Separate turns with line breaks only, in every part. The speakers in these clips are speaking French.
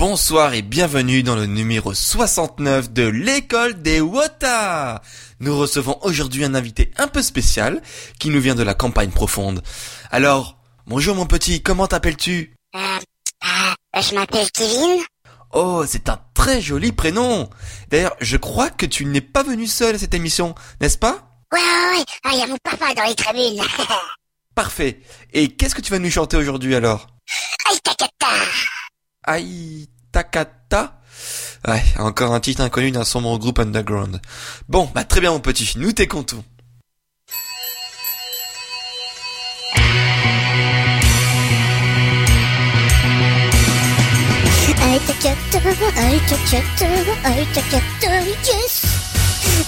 Bonsoir et bienvenue dans le numéro 69 de l'école des Wota. Nous recevons aujourd'hui un invité un peu spécial qui nous vient de la campagne profonde. Alors, bonjour mon petit, comment t'appelles-tu
Euh, euh, je m'appelle Kevin.
Oh, c'est un très joli prénom. D'ailleurs, je crois que tu n'es pas venu seul à cette émission, n'est-ce pas
Ouais, ouais, ouais. Ah, y a mon papa dans les tribunes.
Parfait. Et qu'est-ce que tu vas nous chanter aujourd'hui alors
Aïe, tacata.
Aïe Takata Ouais, encore un titre inconnu d'un sombre groupe underground. Bon, bah très bien mon petit, nous t'écoutons.
I take a turn, I take a turn, I take a turn, yes.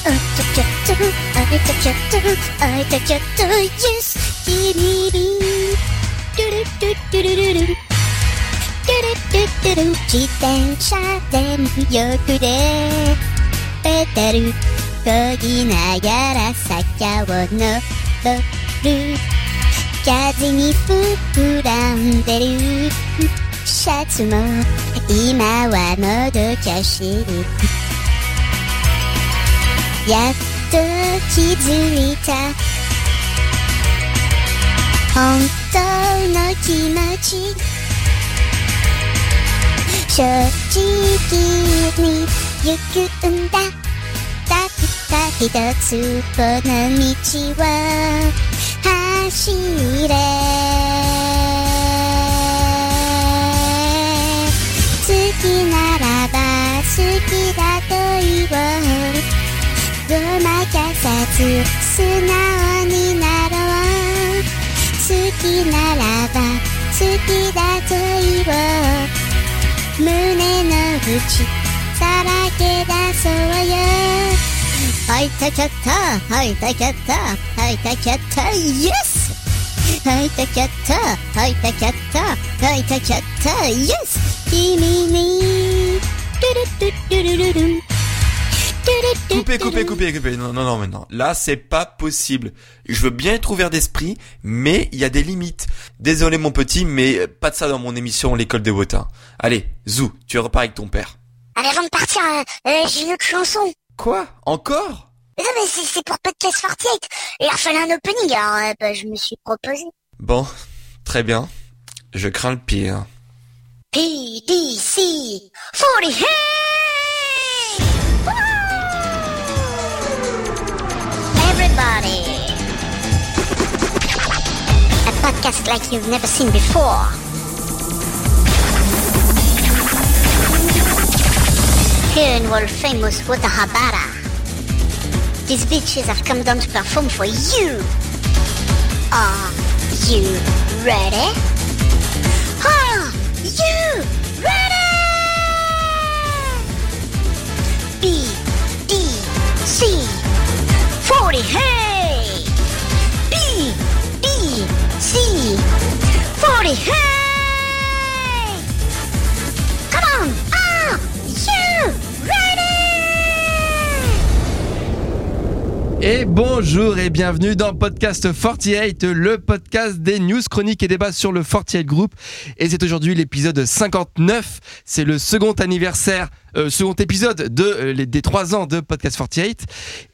I take a turn, I take a turn, I take a turn, yes. Dee-dee-dee. Do-do-do-do-do-do. Do-do-do-do-do. 自転車で魅力でペダル漕ぎながら坂を登る風に膨らんでるシャツも今はもどかしいやっと気づいた本当の気持ち正直に行くんだたった一つこの道は走れ好きならば好きだと言おうごまかさず素直になろう好きならば好きだと言おう胸の内さらけ出そうよはいたきゃったはいたきゃったはいたきゃったイエスはいたきゃったはいたきゃったはいたきゃったイエス君にドゥルドゥルドゥルルルンドゥルドゥルドゥル
Coupez, coupez, coupez, coupez. Non, non, non, mais non. Là, c'est pas possible. Je veux bien être ouvert d'esprit, mais il y a des limites. Désolé mon petit, mais euh, pas de ça dans mon émission L'école des Wotins. Allez, Zou, tu repars avec ton père.
Ah, mais avant de partir, euh, euh, j'ai une autre chanson.
Quoi Encore
Mais non, mais c'est c'est pour Podcast Fortnite. Il leur fallait un opening, alors euh, bah, je me suis proposé.
Bon, très bien. Je crains le pire.
PDC 40 Hey! Everybody! A podcast like you've never seen before. Here in world famous Watahabara. These bitches have come down to perform for you. Are you ready? Are you ready? B, D, C, 40, hey! B, D, C, 40, hey! Come on! Are you ready?
Et bonjour et bienvenue dans Podcast 48, le podcast des news, chroniques et débats sur le 48 Group. Et c'est aujourd'hui l'épisode 59. C'est le second anniversaire, euh, second épisode de, euh, les- des trois ans de Podcast 48.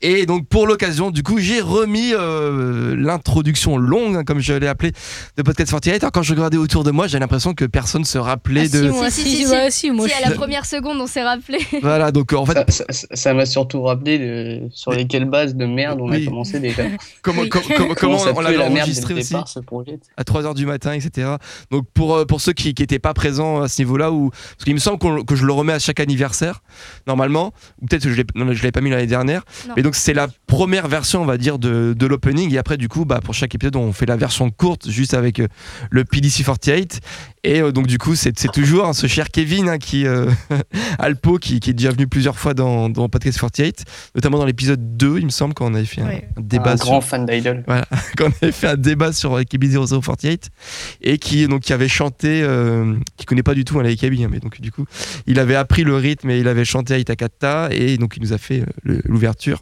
Et donc pour l'occasion, du coup, j'ai remis euh, l'introduction longue, hein, comme je l'ai appelée, de Podcast 48. Alors quand je regardais autour de moi, j'ai l'impression que personne se rappelait
Ah,
de...
si, moi,
Si,
si,
si,
si,
si.
ouais, si, moi,
si, à
je-
la première seconde, on s'est rappelé.
Voilà, donc euh, en fait,
Ça- ça- ça ça m'a surtout rappelé le- sur les quelles bases de merde on
Oui.
a commencé déjà.
comment,
Oui.
com- com- comment
ça
on
pue
l'avait
la merde dès
enregistré
le
aussi
départ ce projet
à 3h du matin, etc. Donc pour, euh, pour ceux qui n'étaient pas présents à ce niveau-là, ou parce qu'il me semble qu'on- que je le remets à chaque anniversaire, normalement, ou peut-être que je ne l'avais pas mis l'année dernière,
Non.
mais donc c'est la première version, on va dire, de, de l'opening, et après du coup, bah, pour chaque épisode, on fait la version courte, juste avec euh, le PDC48, et euh, donc du coup, c'est c'est toujours hein, ce cher Kevin, hein, qui, euh, Alpo, qui, qui est déjà venu plusieurs fois dans, dans Podcast 48, notamment dans l'épisode 2, il me semble, quand on avait fait un,
Ouais.
un
Un
débat sur
grand fan d'Idol.
qu'on avait fait un débat sur euh, Kibi 0048 et qui donc qui avait chanté euh, qui connaît pas du tout hein, les Kibi hein, mais donc du coup il avait appris le rythme et il avait chanté Aitakata et donc il nous a fait euh, le- l'ouverture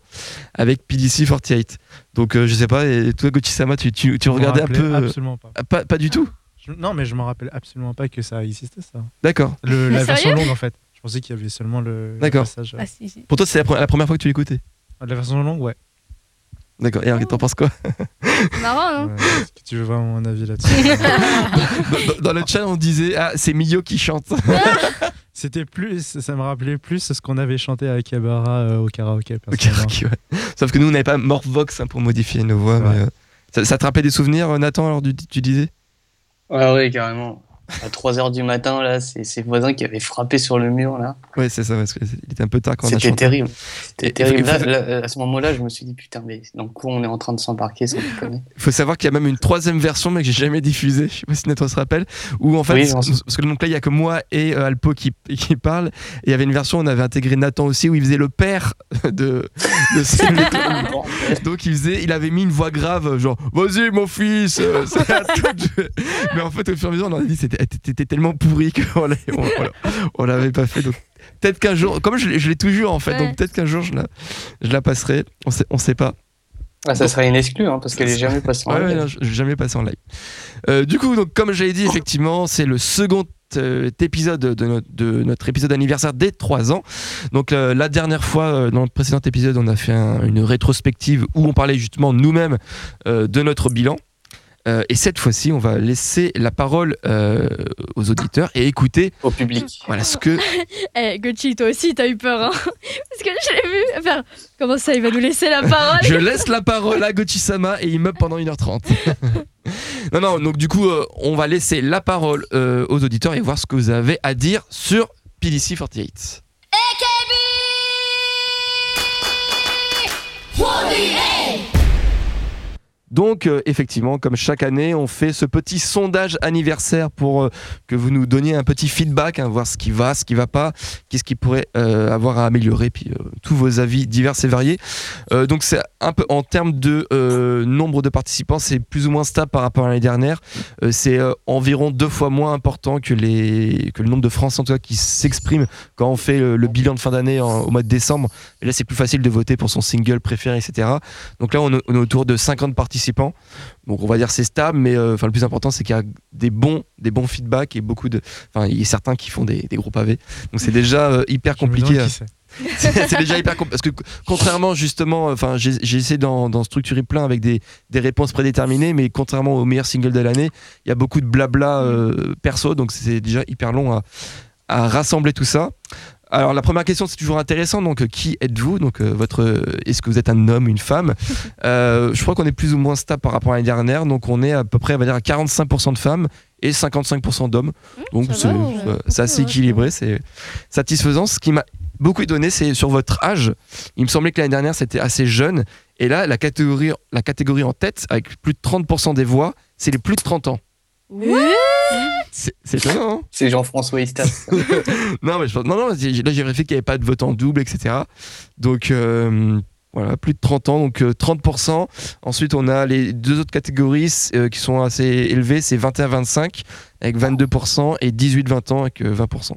avec PDC 48 donc euh, je sais pas et toi Gauthier Sama tu, tu, tu regardais un
rappelais
peu euh,
Absolument pas.
pas, pas du tout
Je- Non, mais je m'en rappelle absolument pas que ça existait, ça.
D'accord.
Le-
Mais
la version
sérieux
longue, en fait. Je pensais qu'il y avait seulement le, le
D'accord.
passage. euh, ah,
Ah, si, si.
Pour toi, c'est la, pre- la première fois que tu l'écoutais.
La version longue, ouais.
D'accord. Et alors, t'en penses quoi
Marrant, hein. non
Ouais, Est-ce que tu veux vraiment mon avis là-dessus
dans, dans- dans le chat, on disait Ah, c'est Mio qui chante.
C'était plus, ça me rappelait plus ce qu'on avait chanté à Kabara euh, au karaoké.
Ok,
personnellement.
ok, ouais. Sauf que nous, on n'avait pas Morvox hein, pour modifier nos voix.
C'est
mais,
vrai.
euh, ça, ça te rappelait des souvenirs, euh, Nathan, alors du- tu disais
Ah ouais, carrément. À 3h du matin, là, c'est ses voisins qui avaient frappé sur le mur, là.
Ouais, c'est ça, parce que il était un peu tard quand on a
C'était
chanté.
terrible.
Et-
C'était terrible.
et-
Là,
et-
là, à ce moment-là, je me suis dit, putain, mais dans quoi on est en train de s'embarquer, sans déconner.
faut savoir qu'il y a même une troisième version, mais que j'ai jamais diffusée. Je sais pas si Nathan se rappelle. Où en fait,
Oui, j'en sais.
parce que donc là, il y a que moi et euh, Alpo qui, qui parlent. Et il y avait une version, on avait intégré Nathan aussi, où il faisait le père de, de Sylvie
Ah,
Cohen. Donc il faisait, il avait mis une voix grave, genre vas-y mon fils, euh, c'est à toi de jouer. Mais en fait au fur et à mesure on en a dit c'était t'étais tellement pourri qu'on l'a- on, on l'a- on l'avait pas fait. Donc peut-être qu'un jour, comme je l'ai- je l'ai toujours en fait,
Ouais.
donc peut-être qu'un jour je la, je la passerai. On sait, on sait pas.
Ah, ça serait une exclue, hein, parce qu'elle est jamais passée en
Ouais, ouais,
live.
non, je je vais jamais passer en live. Euh, du coup, donc, comme j'avais dit, effectivement, c'est le second euh, épisode de notre, de notre épisode anniversaire des 3 ans. Donc, euh, la dernière fois, euh, dans le précédent épisode, on a fait un- une rétrospective où on parlait justement nous-mêmes euh, de notre bilan. Euh, et cette fois-ci, on va laisser la parole euh, aux auditeurs et écouter
Au public.
voilà, ce que
Eh, Gucci, toi aussi, t'as eu peur, hein Parce que je l'ai vu. faire comment ça, il va nous laisser la parole
Je laisse la parole à Gochi-sama et il me pendant 1h30. non, non, donc du coup, euh, on va laisser la parole euh, aux auditeurs et voir ce que vous avez à dire sur PDC48. Donc, euh, effectivement, comme chaque année, on fait ce petit sondage anniversaire pour euh, que vous nous donniez un petit feedback, hein, voir ce qui va, ce qui va pas, qu'est-ce qui pourrait euh, avoir à améliorer, puis euh, tous vos avis divers et variés. Euh, donc c'est un peu en termes de euh, nombre de participants, c'est plus ou moins stable par rapport à l'année dernière. Euh, c'est euh, environ deux fois moins important que, les, que le nombre de Français en tout cas qui s'expriment quand on fait euh, le bilan de fin d'année en- au mois de décembre. Et là c'est plus facile de voter pour son single préféré, etc. Donc là on, est- on est autour de 50 participants. Donc on va dire c'est stable, mais euh, enfin le plus important c'est qu'il y a des bons, des bons feedbacks et beaucoup de, enfin il y a certains qui font des, des gros pavés. Donc c'est déjà euh, hyper
Je me demande
compliqué.
qui c'est.
C'est c'est déjà hyper compliqué. Parce que co- contrairement, justement, enfin, j'ai j'ai essayé d'en d'en structurer plein avec des, des réponses prédéterminées, mais contrairement au meilleur single de l'année, il y a beaucoup de blabla euh, perso, donc c'est déjà hyper long à, à rassembler tout ça. Alors la première question c'est toujours intéressant donc euh, qui êtes-vous donc euh, votre euh, est-ce que vous êtes un homme une femme Euh, je crois qu'on est plus ou moins stable par rapport à l'année dernière donc on est à peu près on va dire à 45% de femmes et 55% d'hommes donc
Mmh, ça
c'est
va,
euh,
ouais.
c'est assez
Ouais,
équilibré c'est satisfaisant ce qui m'a beaucoup donné c'est sur votre âge il me semblait que l'année dernière c'était assez jeune et là la catégorie la catégorie en tête avec plus de 30% des voix c'est les plus de 30 ans
Ouais.
c'est c'est étonnant hein
C'est Jean-François Istas.
non, mais je pense- non, non, j'ai- là j'ai vérifié qu'il n'y avait pas de vote en double, etc. Donc euh, voilà, plus de 30 ans, donc euh, 30%. Ensuite, on a les deux autres catégories euh, qui sont assez élevées, c'est 21-25 avec 22% et 18-20 ans avec euh, 20%. Voilà,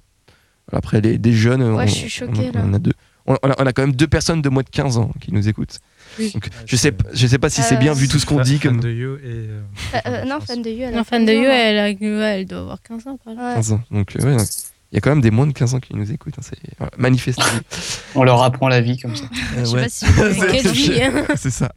Après, les, des jeunes, on,
Ouais, je suis choquée,
on-
là.
on a deux. On on a, on a quand même deux personnes de moins de 15 ans qui nous écoutent.
Oui.
Donc, je sais, p- je sais pas si c'est
Euh,
bien vu tout ce qu'on
Fan-
dit
fan
comme
de You et. euh,
Euh, euh, non, fan de You. elle a
Non, fan de You,
15 ans,
elle, a- ouais, elle doit avoir 15 ans par là.
Ouais.
15 ans. Donc, euh, ouais, donc, il y a quand même des moins de 15 ans qui nous écoutent. hein, c'est voilà, manifesté.
On leur apprend la vie comme ça.
Euh,
Je sais
ouais.
pas si vous
C'est-
quelle
c'est-
vie. hein.
C'est ça.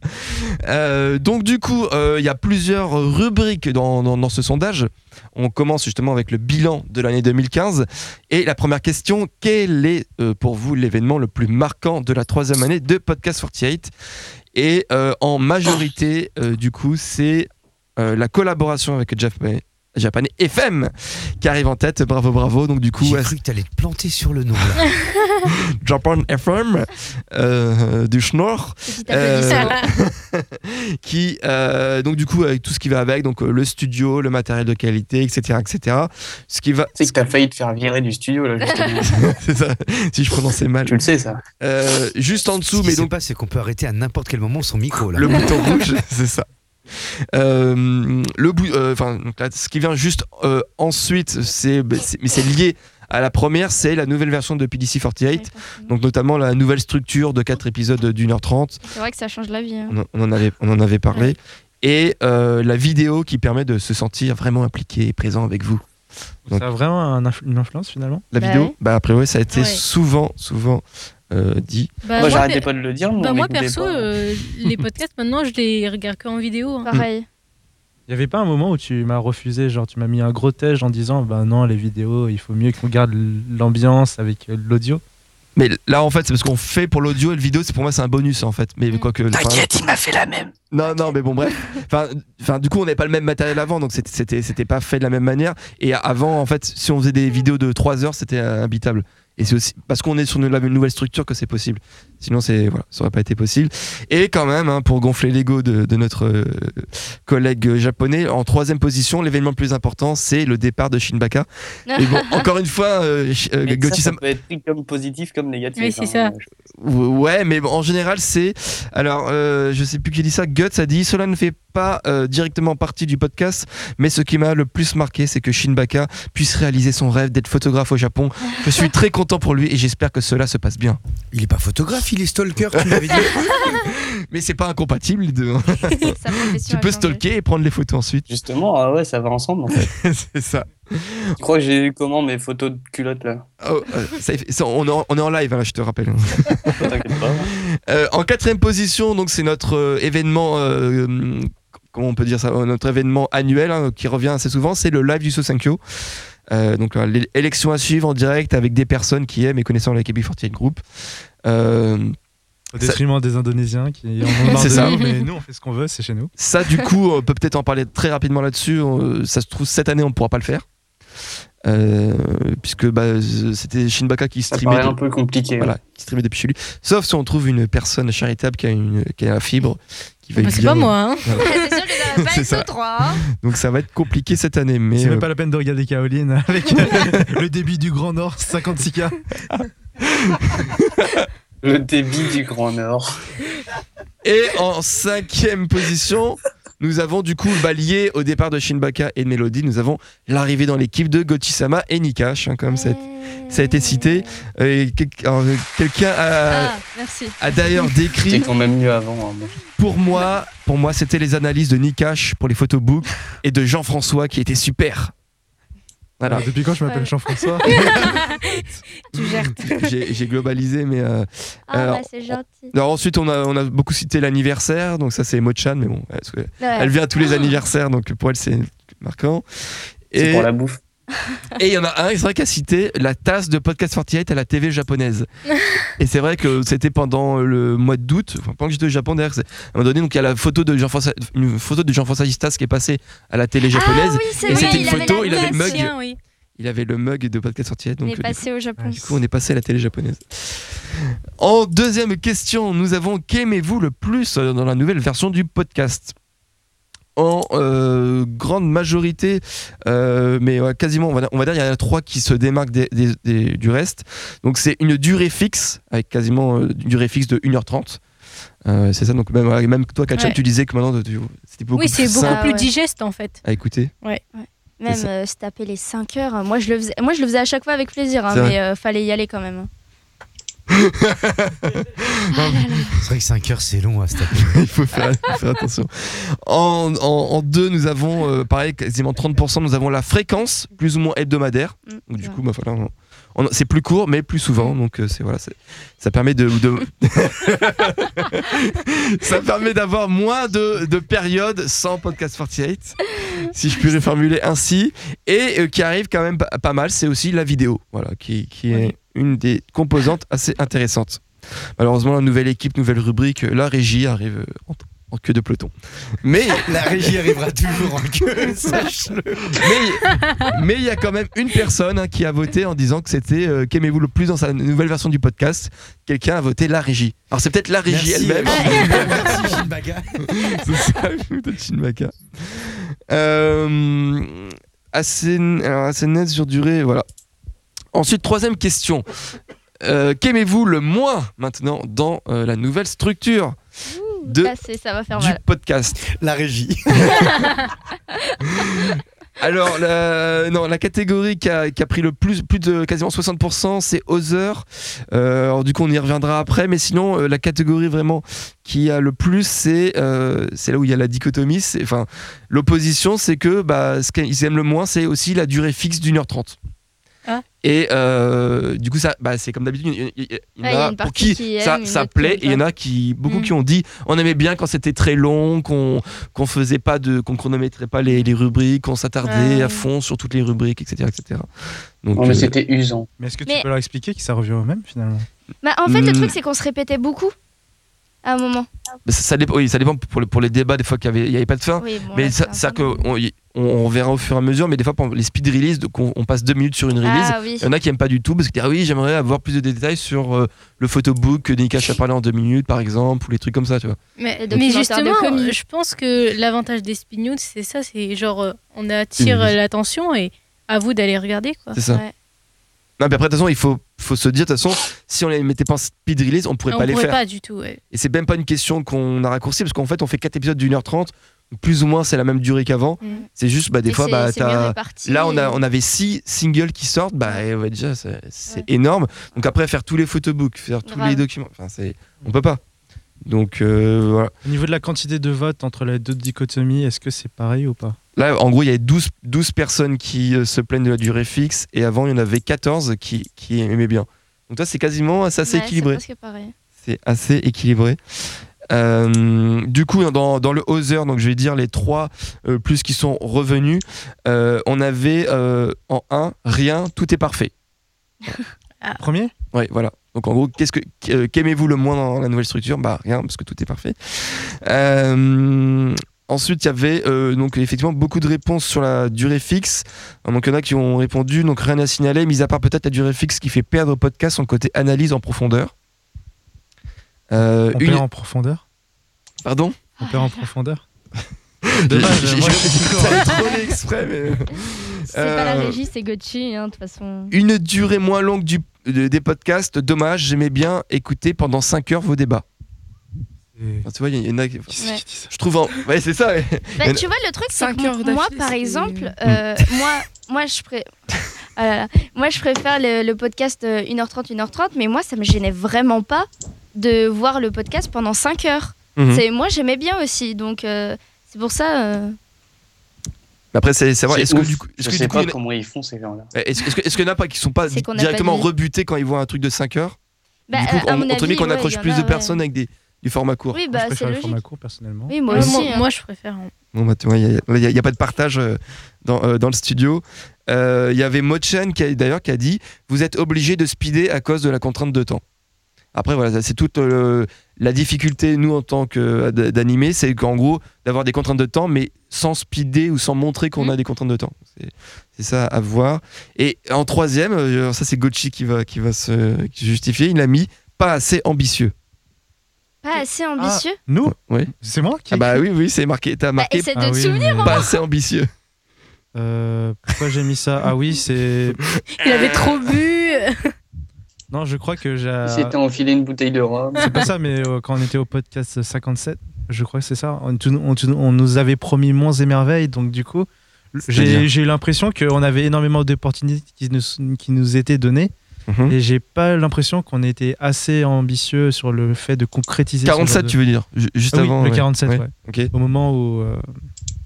Euh, donc du coup, euh, il y a plusieurs rubriques dans, dans- dans ce sondage. On commence justement avec le bilan de l'année 2015. Et la première question, quel est euh, pour vous l'événement le plus marquant de la troisième année de Podcast 48 Et euh, en majorité, euh, du coup, c'est euh, la collaboration avec Japan, Japan FM qui arrive en tête. Bravo, bravo. Donc du coup,
J'ai
à
cru que t'allais te planter sur le nom. là.
Japan FM euh, du Schnorr.
qui t'applaudit,
Euh,
ça.
qui euh, donc du coup avec tout ce qui va avec donc euh, le studio le matériel de qualité etc etc ce qui va
Tu sais que t'as failli te faire virer du studio, là, justement.
c'est ça si je prononçais mal
tu le sais, ça.
Euh, juste en
Ce
dessous
qui
mais
se
donc
passe, c'est qu'on peut arrêter à n'importe quel moment son micro. Là.
le bouton rouge c'est ça Euh, le bout enfin donc là, ce qui vient juste euh, ensuite c'est bah, c'est- mais c'est lié à la première c'est la nouvelle version de PDC48 donc notamment la nouvelle structure de 4 épisodes d'une heure trente
C'est vrai que ça change la vie. hein.
on, en- on en avait on en avait parlé et euh, la vidéo qui permet de se sentir vraiment impliqué et présent avec vous. Donc-
Ça a vraiment un influ- une influence finalement
La
Bah
vidéo,
ouais.
bah après ouais, ça a été
Ouais.
souvent, souvent euh, dit.
Bah,
moi,
pe-
j'arrêtais pas de le dire. mais
bah,
on
moi,
m'écoutait
perso,
pas.
euh, les podcasts, maintenant, je les regarde que en vidéo. hein.
Pareil.
Il y avait pas un moment où tu m'as refusé, genre tu m'as mis un gros tège en disant bah non, les vidéos, il faut mieux qu'on garde l'ambiance avec euh, l'audio.
Mais là en fait, c'est parce qu'on fait pour l'audio et le vidéo, c'est pour moi c'est un bonus en fait. Mais
Mm.
quoi que
T'inquiète, il m'a fait la même.
Non, non, mais bon, bref. Enfin, enfin, du coup, on n'avait pas le même matériel avant, donc c'était- c'était c'était pas fait de la même manière. Et avant, en fait, si on faisait des vidéos de 3 heures, c'était euh, imbitable. Et c'est aussi parce qu'on est sur une, la- une nouvelle structure que c'est possible. Sinon, c'est voilà, ça aurait pas été possible. Et quand même, hein, pour gonfler l'ego de, de notre euh, collègue japonais, en troisième position, l'événement le plus important, c'est le départ de Shinbaka. Et bon, encore une fois, euh, Sh- euh,
Mais ça,
Gauthier,
ça
ça-
peut être pris comme positif, comme négatif. hein.
Oui, c'est ça.
Ou- Ouais, mais bon, en général, c'est. Alors, euh, je sais plus qui dit ça. Guts a dit Cela ne fait pas euh, directement partie du podcast, mais ce qui m'a le plus marqué, c'est que Shinbaka puisse réaliser son rêve d'être photographe au Japon. Je suis très content pour lui et j'espère que cela se passe bien.
Il est pas photographe, il est stalker, tu m'avais dit.
Mais c'est pas incompatible, les deux. hein.
Sa profession
Tu
a
peux
changé.
Bah,
stalker et prendre les photos ensuite.
Justement, ah ouais, ça va ensemble. En fait.
c'est ça.
tu crois que j'ai eu comment mes photos de culottes là
Oh, euh, ça- ça- on, est en, on est en live, hein, je te rappelle.
T'inquiète pas. hein.
Euh, en quatrième position, donc c'est notre euh, événement. euh, hum, comment on peut dire ça euh, Notre événement annuel hein, qui revient assez souvent, c'est le live du Sosenkyo. Euh, donc euh, l'é- élection à suivre en direct avec des personnes qui aiment et connaissant la KB48 Group. Euh,
Au
Ça-
détriment des Indonésiens qui en ont marre
C'est
de
ça.
nous, mais nous on fait ce qu'on veut, c'est chez nous.
ça, du coup, on peut peut-être en parler très rapidement là-dessus. Euh, ça se trouve, cette année, on ne pourra pas le faire. Euh, puisque bah, c'était Shinbaka qui
Ça
streamait.
paraît
de-
un peu compliqué. hein.
Voilà, qui streamait depuis chez lui. Sauf si on trouve une personne charitable qui a, une, qui a la fibre, qui
Bah,
veuille
c'est
bien-
pas moi. hein.
C'est sûr qu'il en a
C'est
pas
ça.
été trois.
Donc ça va être compliqué cette année. Mais
C'est
euh,
même pas la peine de regarder Caroline avec euh, le débit du Grand Nord 56K.
Le débit du Grand Nord.
Et en cinquième position, nous avons du coup balayer au départ de Shinbaka et de Melody. Nous avons l'arrivée dans l'équipe de Gotisama et Nikash, hein, comme ça, ça a été cité. Euh, et quel- alors, euh, Quelqu'un a,
Ah, merci.
a d'ailleurs
C'était
décrit
quand même mieux avant. hein, bon.
pour moi, pour moi, c'était les analyses de Nikash pour les photobooks et de Jean-François qui étaient super. Voilà.
Alors, depuis quand je m'appelle
Ouais.
Jean-François
Tu gères.
J'ai j'ai globalisé, mais euh,
Ah,
Alors,
bah, c'est gentil.
alors ensuite on a, on a beaucoup cité l'anniversaire, donc ça c'est Mochan, mais bon, parce que
Ouais.
Ah
Elle vient à tous les anniversaires, donc pour elle, c'est marquant.
C'est
Et
pour la bouffe.
et il y en a un, c'est vrai, qui a cité la tasse de Podcast 48 à la TV japonaise. et c'est vrai que c'était pendant le mois d'août, enfin, pendant que j'étais au Japon, d'ailleurs, c'est- à un moment donné, donc il y a la photo de Jean-François, une photo de Jean-François Gistas qui est passée à la télé japonaise.
Ah oui, c'est
Et
vrai,
c'était une
il avait
photo,
la
il avait le
tasse.
mug.
Tiens, oui.
Il avait le mug de Podcast 48,
Il
donc
est
euh, du
passé au Japon.
du coup, on est passé à la télé japonaise. En deuxième question, nous avons qu'aimez-vous le plus euh, dans la nouvelle version du podcast En euh, grande majorité, euh, mais ouais, quasiment, on va, on va dire, il y en a trois qui se démarquent des- des- des- du reste. Donc, c'est une durée fixe, avec quasiment euh, une durée fixe de 1h30. Euh, c'est ça, donc même, ouais, même toi, Katja,
Ouais.
tu disais que maintenant, tu- c'était beaucoup
Oui,
plus
c'est beaucoup
simple
Ah
plus
ouais.
digeste en fait.
à écouter. C'est
Même
ça.
euh, se taper les 5 heures, euh, moi je le faisais, moi je le faisais à chaque fois avec plaisir, hein,
C'est vrai.
mais euh, fallait y aller quand même.
C'est vrai que 5 heures, c'est long à se taper.
il faut faire, il faut faire attention. En, en- en deux, nous avons, euh, pareil, quasiment 30%, nous avons la fréquence, plus ou moins hebdomadaire.
Mm,
Donc, du
ouais.
coup, bah, voilà, on- on- c'est plus court, mais plus souvent. Donc, euh, c'est voilà, c'est- ça permet de. de- ça permet d'avoir moins de, de périodes sans podcast 48, si je puis le formuler ainsi. Et euh, qui arrive quand même pas, pas mal, c'est aussi la vidéo, voilà, qui, qui est une des composantes assez intéressantes. Malheureusement, la nouvelle équipe, nouvelle rubrique, euh, la régie arrive euh, en, en queue de peloton. Mais
La régie arrivera toujours en queue, sache-le.
mais mais il y a quand même une personne hein, qui a voté en disant que c'était euh, qu'aimez-vous le plus dans sa nouvelle version du podcast. Quelqu'un a voté la régie. Alors c'est peut-être la régie
Merci,
elle-même.
euh, Merci, Shinbaga.
c'est ça, peut-être Shinbaka. Euh, assez, alors, assez net sur durée, voilà. Ensuite, troisième question. Euh, Qu'aimez-vous le moins maintenant dans euh, la nouvelle structure de,
Là, c'est- ça va faire
du
mal.
podcast
La régie.
Alors, la, non, la catégorie qui a, qui a pris le plus, plus de quasiment 60%, c'est Other. Euh, alors, du coup, on y reviendra après. Mais sinon, euh, la catégorie vraiment qui a le plus, c'est euh, c'est là où il y a la dichotomie. c'est- Enfin, l'opposition, c'est que bah, ce qu'ils aiment le moins, c'est aussi la durée fixe d'une heure trente.
Ah.
Et euh, du coup, ça, bah, c'est comme d'habitude, il y, il y- il y en
Ouais, Ah, il y a
a
une
pour qui,
partie qui
ça,
aime, une
ça
autre
plaît,
qui
et il y en a qui, beaucoup qui ont dit, on aimait bien quand c'était très long, qu'on qu'on faisait pas de, qu'on chronométrait pas les, les rubriques, qu'on s'attardait à fond sur toutes les rubriques, etc., etc. Donc,
Non, mais
euh,
c'était usant.
Mais est-ce que
Mais-
tu peux leur expliquer que ça revient au même finalement
Bah, en fait, le
Hmm.
truc, c'est qu'on se répétait beaucoup à un moment.
ça, ça dépend, oui, ça dépend pour, le- pour les débats des fois qu'il y avait, il y avait pas de fin.
Oui, bon,
Oh. mais
là,
ça,
c'est
ça que on, y- on- on verra au fur et à mesure. Mais des fois, par exemple, les speed release, donc on, on passe deux minutes sur une release.
Ah oui.
Il y en a qui aiment pas du tout parce que ah oui, j'aimerais avoir plus de détails sur euh, le photobook que Nikash a parlé en deux minutes, par exemple, ou les trucs comme ça, tu vois.
Mais,
Les documentaires
mais
de
justement,
comique.
je pense que l'avantage des spin news, c'est ça, c'est genre euh, on attire
Une-
l'attention et à vous d'aller regarder quoi.
C'est ça.
Ouais.
Non, mais après, de toute façon, il faut, faut se dire, de toute façon, si on les mettait pas en speed release, on pourrait
on
pas les
pourrait
faire.
pas du tout. ouais.
Et c'est même pas une question qu'on a raccourci parce qu'en fait, on fait quatre épisodes d'une heure trente, plus ou moins, c'est la même durée qu'avant.
Mhm.
C'est juste, bah, des
Mm. Et
fois,
c'est-
bah,
c'est bien
t'as-
réparti
Là, on, a,
et-
on avait six singles qui sortent, bah eh ouais, déjà, c'est c'est énorme. Donc après, faire tous les photobooks, faire tous
Grave.
les documents, enfin, c'est, on peut pas. Donc euh, voilà.
Au niveau de la quantité de votes entre les deux dichotomies, est-ce que c'est pareil ou pas
Là, en gros, il y avait 12, 12 personnes qui euh, se plaignent de la durée fixe, et avant, il y en avait 14 qui, qui aimaient bien. Donc toi, c'est quasiment c'est assez
Ouais,
équilibré.
C'est presque pareil.
C'est assez équilibré. Euh, du coup, dans, dans le Other, donc je vais dire les trois euh, plus qui sont revenus, euh, on avait euh, en un, rien, tout est parfait.
Premier
Ouais, voilà. Donc en gros, qu'est-ce que euh, qu'aimez-vous le moins dans la nouvelle structure Bah rien, parce que tout est parfait. Euh, ensuite, il y avait euh, donc effectivement beaucoup de réponses sur la durée fixe. Donc il y en a qui ont répondu, donc rien à signaler, mis à part peut-être la durée fixe qui fait perdre au podcast son côté analyse en profondeur. Euh,
On
une-
perd en profondeur
Pardon
On perd en profondeur
J'ai-
Dommage,
j'ai-
moi, je
j'ai-
suis toujours-
j'ai trollé exprès, mais-
C'est pas la
Euh,
régie, c'est Gucci, hein, de toute façon.
Une durée moins longue du, de- des podcasts, dommage, j'aimais bien écouter pendant 5 heures vos débats.
Et-
Enfin, tu vois, il y, en a qui...
Qui c'est
Ouais.
qui dit ça
Je trouve... En... Ouais, c'est ça, ouais.
Bah,
Il y en a-
tu vois, le truc, c'est
Cinq heures
que moi,
d'affilée,
par
c'est- Hmm.
exemple, euh, moi, moi, je pré- Ah là là. moi, je préfère le, le podcast euh, 1h30, 1h30, mais moi, ça me gênait vraiment pas de voir le podcast pendant 5 heures.
Mhm.
C'est- Moi, j'aimais bien aussi, donc euh, c'est pour ça. euh,
Mais Après, c'est c'est vrai.
C'est
Est-ce que
ouf.
du coup, est-ce
Je
que,
sais
du coup,
pas
il y en
comment ils font ces gens-là.
a- est-ce- est-ce que- est-ce qu'il y en a pas qui sont pas
C'est qu'on n'a pas
directement
dit.
rebutés quand ils voient un truc de 5 heures
bah,
Du coup,
euh, à
on-
mon
entre
avis,
amis qu'on
ouais,
accroche
il y en
plus
a,
de
ouais.
personnes avec des, du format court.
Oui,
Moi,
bah,
je
c'est
préfère le
logique.
format court personnellement.
Oui, moi
Ouais,
aussi.
moi,
hein.
moi, je préfère. hein.
Bon, bah, tu vois, il n'y a, il y a pas de partage euh, dans, euh, dans le studio. Euh, Il y avait Mochen qui a- d'ailleurs qui a dit Vous êtes obligé de speeder à cause de la contrainte de temps. Après, voilà, ça, c'est toute euh, la difficulté, nous, en tant que euh, d- d'animé, c'est qu'en gros, d'avoir des contraintes de temps, mais sans speeder ou sans montrer qu'on
Mhm.
a des contraintes de temps. C'est- C'est ça à voir. Et en troisième, euh, ça, c'est Gochi qui va, qui va se qui justifier il a mis Pas assez ambitieux.
Pas
Ah,
assez ambitieux.
Nous
Ouais.
C'est moi qui.
Ah, bah oui, Bah, oui, c'est marqué. T'as
Bah,
marqué
essaie de
Ah
te
oui,
souvenir.
mais-
Pas assez ambitieux.
Euh, pourquoi j'ai mis ça Ah oui, c'est.
Il avait trop bu.
Non, je crois que j'ai.
Euh,
Ils s'étaient enfilé une bouteille de rhum.
C'est pas ça, mais euh, quand on était au podcast 57, je crois que c'est ça. On, tout- on- tout- on nous avait promis Monts et Merveilles, donc du coup,
C'est-à-dire
j'ai j'ai eu l'impression qu'on avait énormément d'opportunités qui nous, qui nous étaient données, et j'ai pas l'impression qu'on était assez ambitieux sur le fait de concrétiser. ce genre
47,
de-
tu veux dire ju- Juste
Ah oui,
avant.
le
ouais.
47, ouais.
Ok.
Au moment où euh,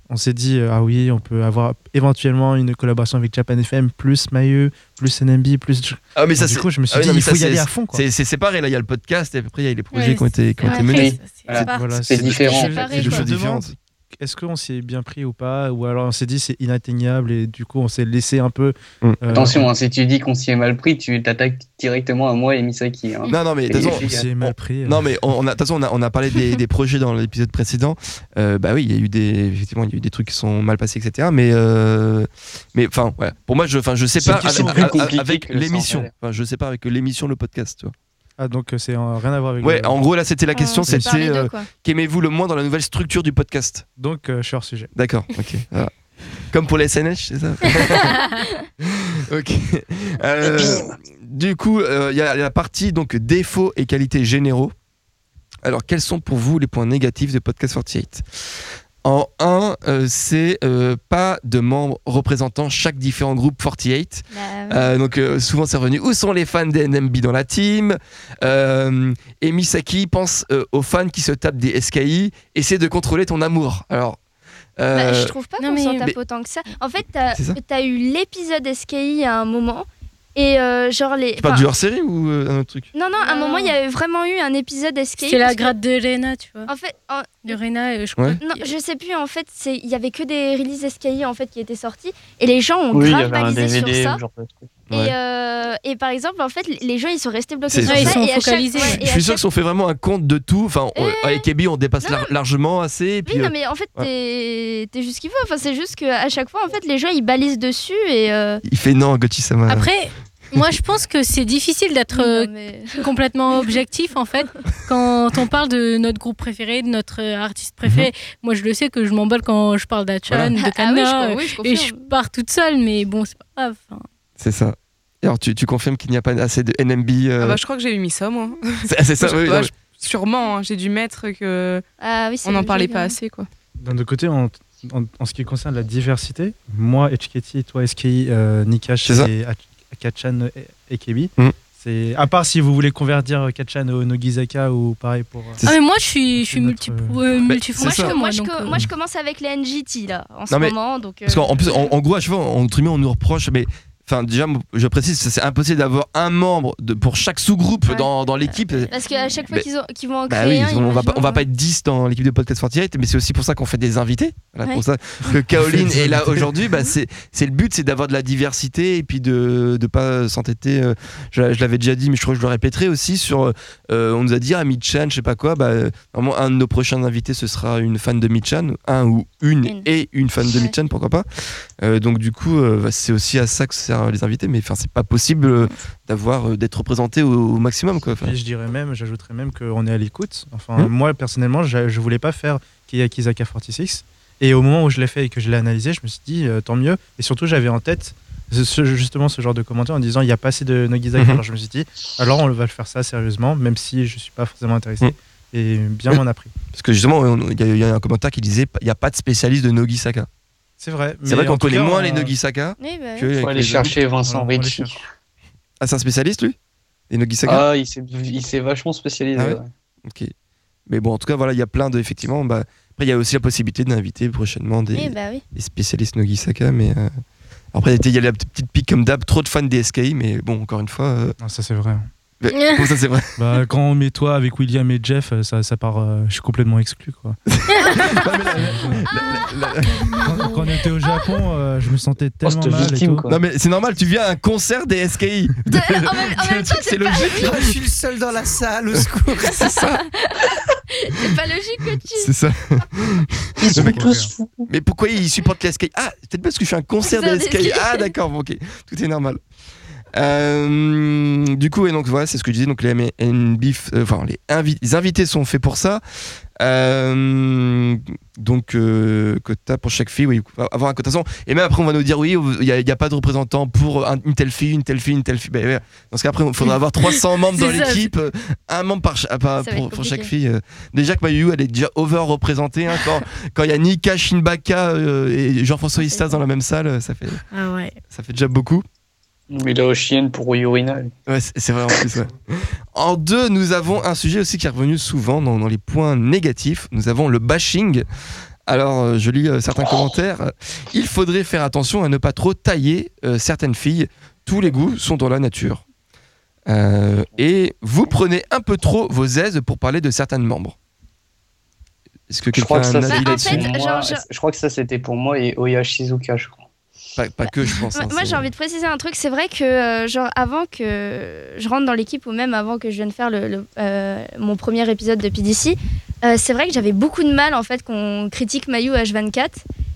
on s'est dit, euh, ah oui, on peut avoir éventuellement une collaboration avec Japan FM, plus Mayu, plus NMB, plus.
Ah mais
Donc,
ça
du
c'est
coup, je me suis
ah oui,
dit,
non, mais
il
ça,
faut y
c'est-
aller à fond, quoi.
c'est- c'est séparé là, il y a le podcast et après il y a les projets
Ouais,
qui ont été qui ont été menés.
ça, c'est
Voilà.
pas-
Voilà,
C'est différent.
Je,
Pareil,
je
quoi.
me demande,
Différentes.
est-ce qu'on s'est bien pris ou pas Ou alors on s'est dit c'est inatteignable et du coup on s'est laissé un peu.
Mm.
euh,
Attention, hein, si tu dis qu'on s'y est mal pris, tu t'attaques directement à moi et Misaki. hein.
Non non mais de toute
Et-
façon,
on s'est mal
on-
pris. euh.
non mais on, on a de toute façon on a, on a parlé des, des projets dans l'épisode précédent. Euh, bah oui, il y a eu des effectivement il y a eu des trucs qui sont mal passés etc. Mais euh, mais enfin ouais. Pour moi je enfin je sais
C'est
pas
une question
avec,
plus
avec-
compliquée
avec
que le
l'émission.
scandale.
Enfin je sais pas avec l'émission le podcast. Tu vois.
Ah, donc euh, c'est euh, rien à voir avec.
Ouais
le-
en gros là c'était la question
On s'est parlé
c'était
d'eux,
euh,
quoi.
qu'aimez-vous le moins dans la nouvelle structure du podcast.
Donc euh, je suis hors sujet.
D'accord, ok. voilà. Comme pour les SNH, c'est ça Ok. Euh, du coup, euh, il y a la partie donc défauts et qualités généraux. Alors, quels sont pour vous les points négatifs de Podcast 48 En 1, c'est euh, pas de membres représentant chaque différent groupe 48.
Bah,
Euh, donc euh, souvent c'est revenu. Où sont les fans des NMB dans la team euh, Et Misaki pense euh, aux fans qui se tapent des SKI. Essaie de contrôler ton amour. Alors,
Bah,
euh,
je trouve pas
non,
qu'on
mais-
s'en
Mais-
tape autant que ça. En fait, t'as
C'est ça
t'as eu l'épisode SKI à un moment. Et euh, genre les.
tu parles
enfin,
du hors série ou euh, un autre truc
Non, non, à un
Non.
moment, il y avait vraiment eu un épisode SKI.
C'est la
parce que-
grade de Rena, tu vois.
En fait, en-
De Rena, euh, je crois.
Ouais.
non, je sais plus, en fait, c'est- il y avait que des releases SKI en fait, qui étaient sortis. Et les gens ont
Oui, il y
grave
avait un
balisé sur
DVD
ça.
ou genre de truc.
Ouais.
Et, euh, et par exemple, en fait, les gens, ils sont restés bloqués
C'est-
sur
Ouais,
ça.
ils sont
et à chaque-
focalisés.
ouais, et
Je
à
suis sûr
chaque-
que si on fait vraiment un compte de tout, enfin, on- avec Ebi, on dépasse lar- largement assez. et puis,
Oui,
euh,
non, mais en fait, t'es t'es juste ce qu'il faut. Enfin, c'est juste qu'à chaque fois, en fait, les gens, ils balisent dessus et... euh,
il fait non, Gauthier, ça m'a.
Après, moi, je pense que c'est difficile d'être euh,
non, mais- Ah
complètement objectif en fait quand on parle de notre groupe préféré de notre euh, artiste préféré moi je le sais que je m'emballe quand je parle d'Achan
Voilà.
de
Ah oui, je-
Kana
oui, je
euh, et
confirme.
je pars toute seule mais bon c'est pas grave enfin.
C'est ça. Alors, tu, tu confirmes qu'il n'y a pas assez de NMB euh,
Ah bah, je crois que j'ai mis ça, moi.
C'est ah, c'est ça,
je-
oui,
bah,
non,
je- Sûrement, hein, j'ai dû mettre que
Ah oui, c'est
on n'en parlait
logique,
pas
hein.
assez, quoi.
D'un autre côté, en, en- en ce qui concerne la diversité, moi, HKT, toi, SKI, euh, Nikash
C'est ça.
et Ak- Akachan euh, et Ekebi,
Mm.
c'est à part si vous voulez convertir Akachan au Nogizaka ou pareil pour. euh,
C'est
ah mais moi je suis je suis
notre-
multi euh,
Bah,
Moi,
c'est
je,
multifonction
ça.
moi,
moi,
je,
donc,
co-
euh,
moi, je commence avec les NGT, là, en ce
Non, mais-
moment, donc...
Parce
euh,
qu'en en plus, en, en gros, à chaque fois, entre guillemets, on nous reproche, mais. Enfin, déjà, je précise, c'est impossible d'avoir un membre de, pour chaque sous-groupe
Ouais.
dans, dans l'équipe.
Parce qu'à chaque fois
Mais-
qu'ils ont- qu'ils vont en
Bah oui,
créer un, hein.
on, va pas, on va
imagine-
pas être 10 dans l'équipe de Podcast 48, mais c'est aussi pour ça qu'on fait des invités. Voilà,
Ouais.
pour ça que Caroline est là aujourd'hui. Bah, c'est c'est le but, c'est d'avoir de la diversité et puis de de pas s'entêter. euh, Je, je l'avais déjà dit, mais je crois que je le répéterai aussi. Sur, euh, on nous a dit, ah, Mitchan, je sais pas quoi. Bah, euh, normalement, un de nos prochains invités, ce sera une fan de Mitchan, un ou une,
Une.
et une fan de
Ouais.
Mitchan, pourquoi pas. Euh, donc, du coup, euh, bah, c'est aussi à ça que servent les invités, mais enfin, c'est pas possible euh, d'avoir euh, d'être représenté au, au maximum. Quoi. Enfin,
Et je dirais même, j'ajouterais même qu'on est à l'écoute. Enfin,
Hmm.
moi personnellement, je, je voulais pas faire Kiyakizaka 46. Et au moment où je l'ai fait et que je l'ai analysé, je me suis dit euh, tant mieux. Et surtout, j'avais en tête ce- ce- justement ce genre de commentaire en disant il n'y a pas assez de Nogizaka.
Mhm.
Alors je me suis dit alors on va le faire ça sérieusement, même si je suis pas forcément intéressé.
Hmm.
Et bien
Oui.
m'en a pris.
Parce que justement, on- il y, a- il y a un commentaire qui disait il n'y a pas de spécialiste de Nogi Saka.
C'est vrai.
C'est
mais
vrai
en
qu'on
tout
connaît
cas, euh,
moins
on-
les Nogi Saka
Oui, bah oui.
que. avec
Faut aller
les
chercher Vincent
Voilà, on les
Ricci.
cherche.
autres. Ah, c'est un spécialiste lui Les Nogi Saka
Ah, il s'est- il s'est vachement spécialisé.
Ah ouais
ouais.
Ok. Mais bon, en tout cas, voilà, il y a plein de. Effectivement, bah, après, il y a aussi la possibilité d'inviter prochainement des,
Oui, bah oui.
des spécialistes Nogi Saka. Mais, euh, Après, il y a la petite pique comme d'hab, trop de fans des SKI, mais bon, encore une fois. euh,
Non, ça c'est vrai.
bah, pour ça, c'est vrai.
Bah, quand on met toi avec William et Jeff, ça, ça part. euh, je suis complètement exclu quoi. quand, quand on était au Japon, euh, je me sentais
Oh,
tellement
cette
mal. et
victime,
tout.
quoi.
Non, mais c'est normal, tu viens à un concert des SKI.
En même, en même temps,
c'est logique.
Ah, je suis le seul dans la salle, au secours.
C'est ça.
c'est pas logique que tu...
C'est ça.
Ils sont
mec est
tous fous.
Mais pourquoi il supporte les SKI Ah, peut-être parce que je fais un concert
Concert
de
des
SKI.
SKI.
Ah, d'accord, bon, ok, tout est normal. Euh, du coup, et donc voilà, c'est ce que je disais. Donc les MNB, euh, enfin les, invi- les invités sont faits pour ça. Euh, donc euh, quota pour chaque fille, oui, avoir un quota. sans- Et même après, on va nous dire oui, il n'y a, il y a pas de représentant pour un- une telle fille, une telle fille, une telle fille. Ben, ouais. Dans ce cas, après, il faudra avoir 300 membres dans
C'est ça.
l'équipe, euh, un membre par, cha- par-
Ça va
pour,
être
pour chaque fille.
compliqué.
euh. Déjà que Mayu, elle est déjà over-représentée. hein, quand quand il y a Nika, Shinbaka euh, et
Ah,
Jean-François Istas dans la même salle, euh, ça fait,
ah ouais
ça fait déjà beaucoup.
Mais là, au chien pour Yurina.
Ouais, c'est c'est vrai en plus, ouais. En deux, nous avons un sujet aussi qui est revenu souvent dans, dans les points négatifs. Nous avons le bashing. Alors, euh, je lis euh, certains commentaires. Il faudrait faire attention à ne pas trop tailler euh, certaines filles. Tous les goûts sont dans la nature. Euh, et vous prenez un peu trop vos aises pour parler de certains membres. Est-ce que
Je
quelqu'un
crois
a
que
un
ça,
avis
Bah, en
c'était
là-dessus
fait,
pour
genre,
moi.
je-
Je crois que ça, c'était pour moi et Oya Shizuka, je crois.
pas, pas que, je pense. hein,
Moi, moi,
c'est-
j'ai envie de préciser un truc. C'est vrai que, euh, genre, avant que je rentre dans l'équipe ou même avant que je vienne faire le, le- euh, mon premier épisode de PDC, euh, c'est vrai que j'avais beaucoup de mal en fait qu'on critique Mayu H24.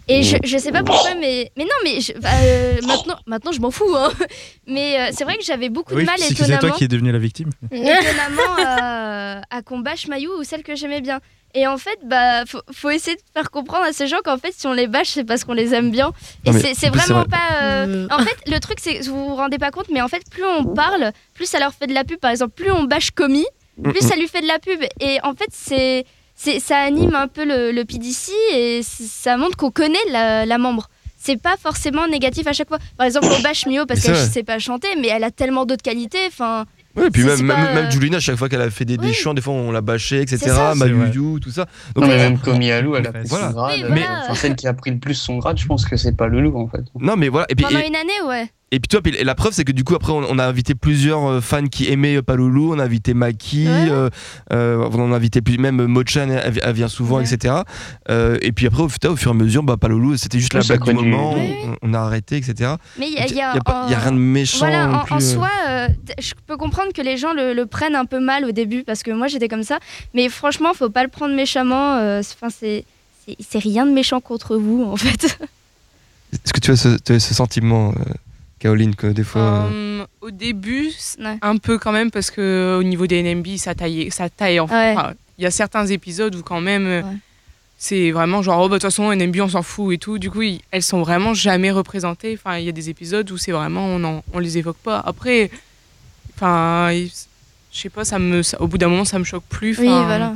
Et je, je sais pas pourquoi, mais, mais non, mais je- bah, euh, maintenant, maintenant je m'en fous. hein. Mais euh, c'est vrai que j'avais beaucoup
Oui,
de mal
c'est que c'est toi
étonnamment,
qui es devenu la victime.
étonnamment euh, à qu'on bâche Mayu ou celle que j'aimais bien. Et en fait, bah, faut, faut essayer de faire comprendre à ces gens qu'en fait, si on les bâche, c'est parce qu'on les aime bien. Et
Non, mais
c'est- c'est
en plus, c'est
vraiment
vrai.
pas. euh,
Euh,
en fait, le truc, c'est que vous vous rendez pas compte, mais en fait, plus on parle, plus ça leur fait de la pub. Par exemple, plus on bâche Comi,
Mm,
plus ça lui fait de la pub. Et en fait, c'est. c'est- ça anime un peu le, le PDC et c- ça montre qu'on connaît la, la membre. C'est pas forcément négatif à chaque fois. Par exemple, on bâche Mio parce
Mais
qu'elle
c'est vrai.
sait pas chanter, mais elle a tellement d'autres qualités. Enfin,
Ouais, et puis
c'est-
même,
c'est
même,
pas- euh,
même Julina, chaque fois qu'elle a fait des, des chants, des fois on l'a bâché,
C'est
etc.
ça.
Manu
C'est vrai.
You, tout ça. euh,
Non, mais
on-
même Komi Alou, elle a pris
Voilà.
son grade.
Oui,
euh,
voilà.
enfin, celle qui a pris le plus son grade, je pense que c'est pas Loulou en fait.
Non, mais voilà. Et puis,
pendant
et-
une année, ouais.
Et puis toi, puis la preuve, c'est que du coup, après, on, on a invité plusieurs euh, fans qui aimaient euh, Paloulou. On a invité Maki, euh, euh, on en a invité plus, même euh, Mochan, elle, elle vient souvent, etc. Euh, et puis après, au, putain, au fur et à mesure, bah, Paloulou, c'était juste la
Oui, ça
blague du
connaît.
moment.
Oui,
On, on a arrêté, etc.
Mais il y a,
Donc,
il y a-
pas-
en-
il y a rien de méchant.
Voilà,
non
en,
plus,
en
euh.
soi, euh, t- je peux comprendre que les gens le, le prennent un peu mal au début parce que moi j'étais comme ça. Mais franchement, faut pas le prendre méchamment. euh, c'est- Enfin, c'est c'est- c'est rien de méchant contre vous en fait.
Est-ce que tu as ce, tu as ce sentiment, euh, Caroline, que des fois. euh,
Hum, au début, c- un peu quand même, parce que au niveau des NMB, ça taille. Ça taille en
Ouais.
enfin, Il y a certains épisodes où quand même, euh, c'est vraiment genre, oh bah de toute façon, NMB, on s'en fout et tout. Du coup, ils- elles sont vraiment jamais représentées. Enfin, il y a des épisodes où c'est vraiment, on, en- on les évoque pas. Après, enfin, il- je sais pas, ça me, ça- au bout d'un moment, ça me choque plus.
Oui,
Enfin,
voilà.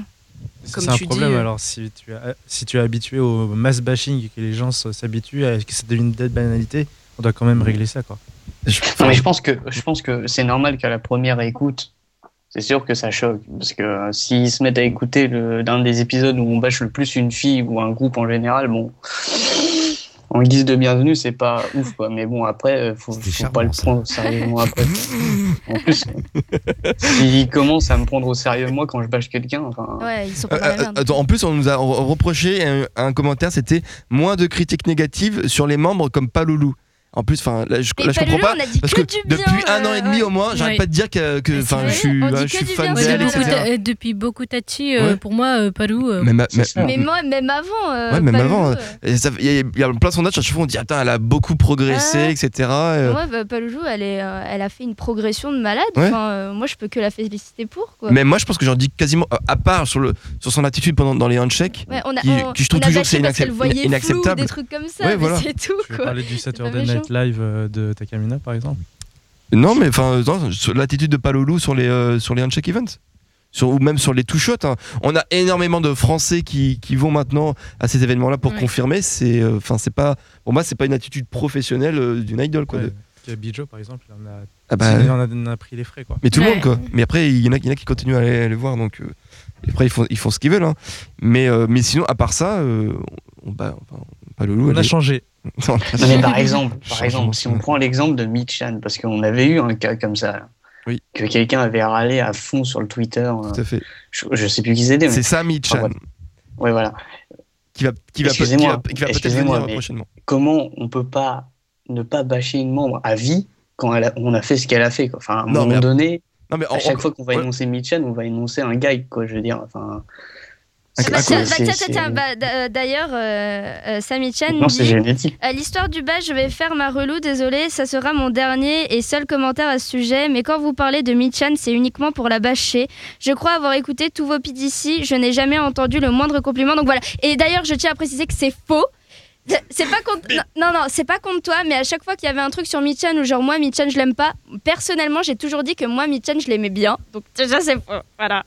Comme
c'est un
tu
problème
dis. euh,
alors si tu, as- si tu es habitué au mass bashing et que les gens s- s'habituent à que ça devienne une dette banalité, on doit quand même régler ça quoi.
Non, mais je pense que, je pense que c'est normal qu'à la première écoute, c'est sûr que ça choque. Parce que euh, s'ils se mettent à écouter le- l'un des épisodes où on bâche le plus une fille ou un groupe en général, bon. En guise de bienvenue, c'est pas ouf, quoi. Mais bon, après, euh, faut, faut pas le prendre sérieusement après. En plus, euh, s'ils commencent à me prendre au sérieux, moi, quand je bâche quelqu'un, enfin.
Ouais, ils sont
euh, euh, attends, en plus, on nous a re- reproché un, un commentaire, c'était moins de critiques négatives sur les membres comme Paloulou. En plus, enfin, là, je,
Mais
là, je comprends
Paloulou,
pas
on a dit
parce
que
que,
du bien,
depuis un an et demi
euh,
au moins, j'arrête
ouais.
pas de dire que, que, enfin, je suis,
on dit
voilà,
que
je suis
du
fan
bien
d'elle,
sur
etc.
elle.
Écoute, euh, depuis beaucoup Tati, euh,
Ouais.
pour moi, euh, Palou. euh,
Mais ma- ma-
Mais moi, même avant. euh,
ouais, même
pas
avant,
Loulou,
euh, ça- il y, a- il y a plein de sondages à chaque fois on dit attends, elle a beaucoup progressé,
Ouais.
etc. euh,
Moi, bah, Paloujou, elle, est, euh, elle a fait une progression de malade.
Ouais.
Enfin, euh, moi, je peux que la féliciter pour. Quoi.
Mais moi, je pense que j'en dis quasiment, euh, à part sur, le, sur son attitude pendant, dans les handshakes,
Ouais, on a-
qui,
on-
qui je trouve
on a
toujours que
bâché
c'est
parce qu'elle
inaccept-
voyait flou,
inacceptable.
des trucs comme ça,
Ouais,
mais
voilà.
c'est tout.
Tu veux
quoi.
parler du
C'est pas
Saturday
méchant.
Night Live euh, de Takamina par exemple
Non, mais enfin, euh, non, sur l'attitude de Palolou sur les, euh, sur les handshake events. Sur, ou même sur les two shots. hein. On a énormément de Français qui, qui vont maintenant à ces événements-là pour
Ouais.
confirmer. C'est, euh, enfin, c'est pas, pour moi, c'est pas une attitude professionnelle euh, d'une idol. Quoi, de-
Bijo par exemple, il en a,
Ah bah,
il en a- il en a pris les frais quoi.
Mais tout le monde, quoi. Mais après, il y en a, il y en a qui continuent à aller, à les voir. Donc, euh, et après, ils font, ils font ce qu'ils veulent. hein. Mais, euh, mais sinon, à part ça, euh, on, bat- enfin, Palolou,
On
elle
a
est-
changé.
Non,
Non, mais par exemple, par
Changement.
exemple, si on prend l'exemple de Mitchan, parce qu'on avait eu un cas comme ça, là. que quelqu'un avait râlé à fond sur le Twitter. euh,
Tout à fait.
Je, je sais plus qui c'était. mais-
C'est Sami Chan.
Ah, voilà. Ouais, voilà.
Qui va, qui va, qui va,
Excusez-moi,
qui va peut-être
excusez-moi,
venir
mais
prochainement.
Comment on peut pas ne pas bâcher une membre à vie quand elle a- on a fait ce qu'elle a fait quoi. Enfin, à un
Non, mais-
moment donné,
Non, mais en-
à chaque
en-
fois qu'on va
ouais.
énoncer Mitchan, on va énoncer un gag, quoi. Je veux dire, enfin.
Ah
c'est-
bah,
c'est-
tiens, bah,
c'est-
tiens,
c'est-
tiens, bah, d- euh, D'ailleurs, euh, euh, Sami Chan
Non, c'est
dit
génétique.
À Euh, L'histoire du bas, je vais faire ma relou, désolé, ça sera mon dernier et seul commentaire à ce sujet, mais quand vous parlez de Michan, c'est uniquement pour la bâcher. Je crois avoir écouté tous vos PDC, je n'ai jamais entendu le moindre compliment, donc voilà. Et d'ailleurs, je tiens à préciser que c'est faux. C'est pas contre non non c'est pas contre toi mais à chaque fois qu'il y avait un truc sur Michan ou genre moi Michan je l'aime pas personnellement j'ai toujours dit que moi Michan je l'aimais bien donc déjà c'est faux voilà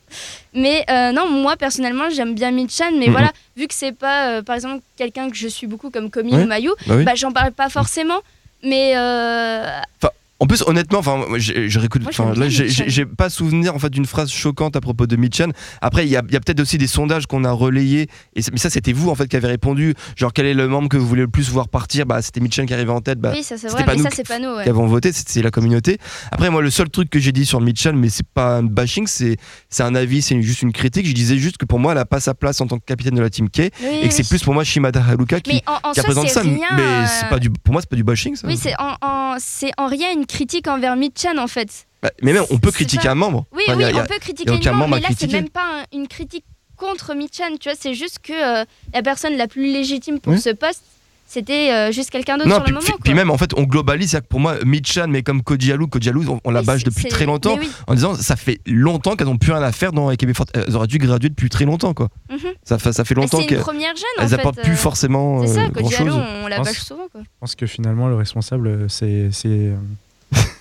mais euh, non moi personnellement j'aime bien Michan mais
Mhm.
voilà vu que c'est pas euh, par exemple quelqu'un que je suis beaucoup comme Komi
Ouais.
ou Mayu
Bah oui.
bah, j'en parle pas forcément mais euh,
Enfin, en plus, honnêtement, enfin, moi, je, je réécoute.
Moi,
Enfin,
j'aime
là,
bien
j'ai-
Mitchan.
j'ai j'ai pas souvenir en fait d'une phrase choquante à propos de Mitchan. Après, il y a, il y a peut-être aussi des sondages qu'on a relayés. Et c'est- mais ça, c'était vous en fait qui avez répondu. Genre, quel est le membre que vous voulez le plus voir partir Bah, c'était Mitchan qui arrivait en tête. Bah,
Oui, ça, c'est
c'était
vrai, mais
nous
ça,
qui-
c'est pas nous, ouais.
Qui avons voté, c'est c'est la communauté. Après, moi, le seul truc que j'ai dit sur Mitchan, mais c'est pas un bashing, c'est c'est un avis, c'est juste une critique. Je disais juste que pour moi, elle a pas sa place en tant que capitaine de la team K, et
oui.
que c'est plus pour moi Shimada Haruka qui,
Mm. Mais en- en
qui
soi,
représente
c'est
ça.
rien,
mais
euh,
c'est pas du, pour moi, c'est pas du bashing. Ça.
oui c'est en, en- c'est en rien une critique envers Michan en fait
Bah, mais même, on peut critiquer
pas-
un membre.
Oui,
Enfin,
oui,
y a- y a-
on
y
peut
a
critiquer
aucun
une membre,
membre à
mais là, c'est
critiquer.
même pas un- une critique contre Michan, tu vois, c'est juste que euh, la personne la plus légitime pour
Oui.
ce poste, c'était euh, juste quelqu'un d'autre
Non,
sur
puis,
le moment.
puis-
quoi.
puis même en fait, on globalise. C'est-à-dire que pour moi, Mitchan, mais comme Koji Alou, Koji Alou, on, on la bâche depuis
c'est-
très longtemps
mais oui.
en disant ça fait longtemps qu'elles n'ont plus rien à faire dans AKB Fort. Elles auraient dû graduer depuis très longtemps, quoi.
Mhm.
Ça, fait- ça fait
Bah,
longtemps
c'est une
qu'elles
première jeune, en
elles
fait,
apportent
euh,
plus forcément euh,
C'est ça, Koji
grand chose.
Allo, on la
Je pense-
bâche souvent. Quoi.
Je pense que finalement le responsable euh, c'est c'est euh,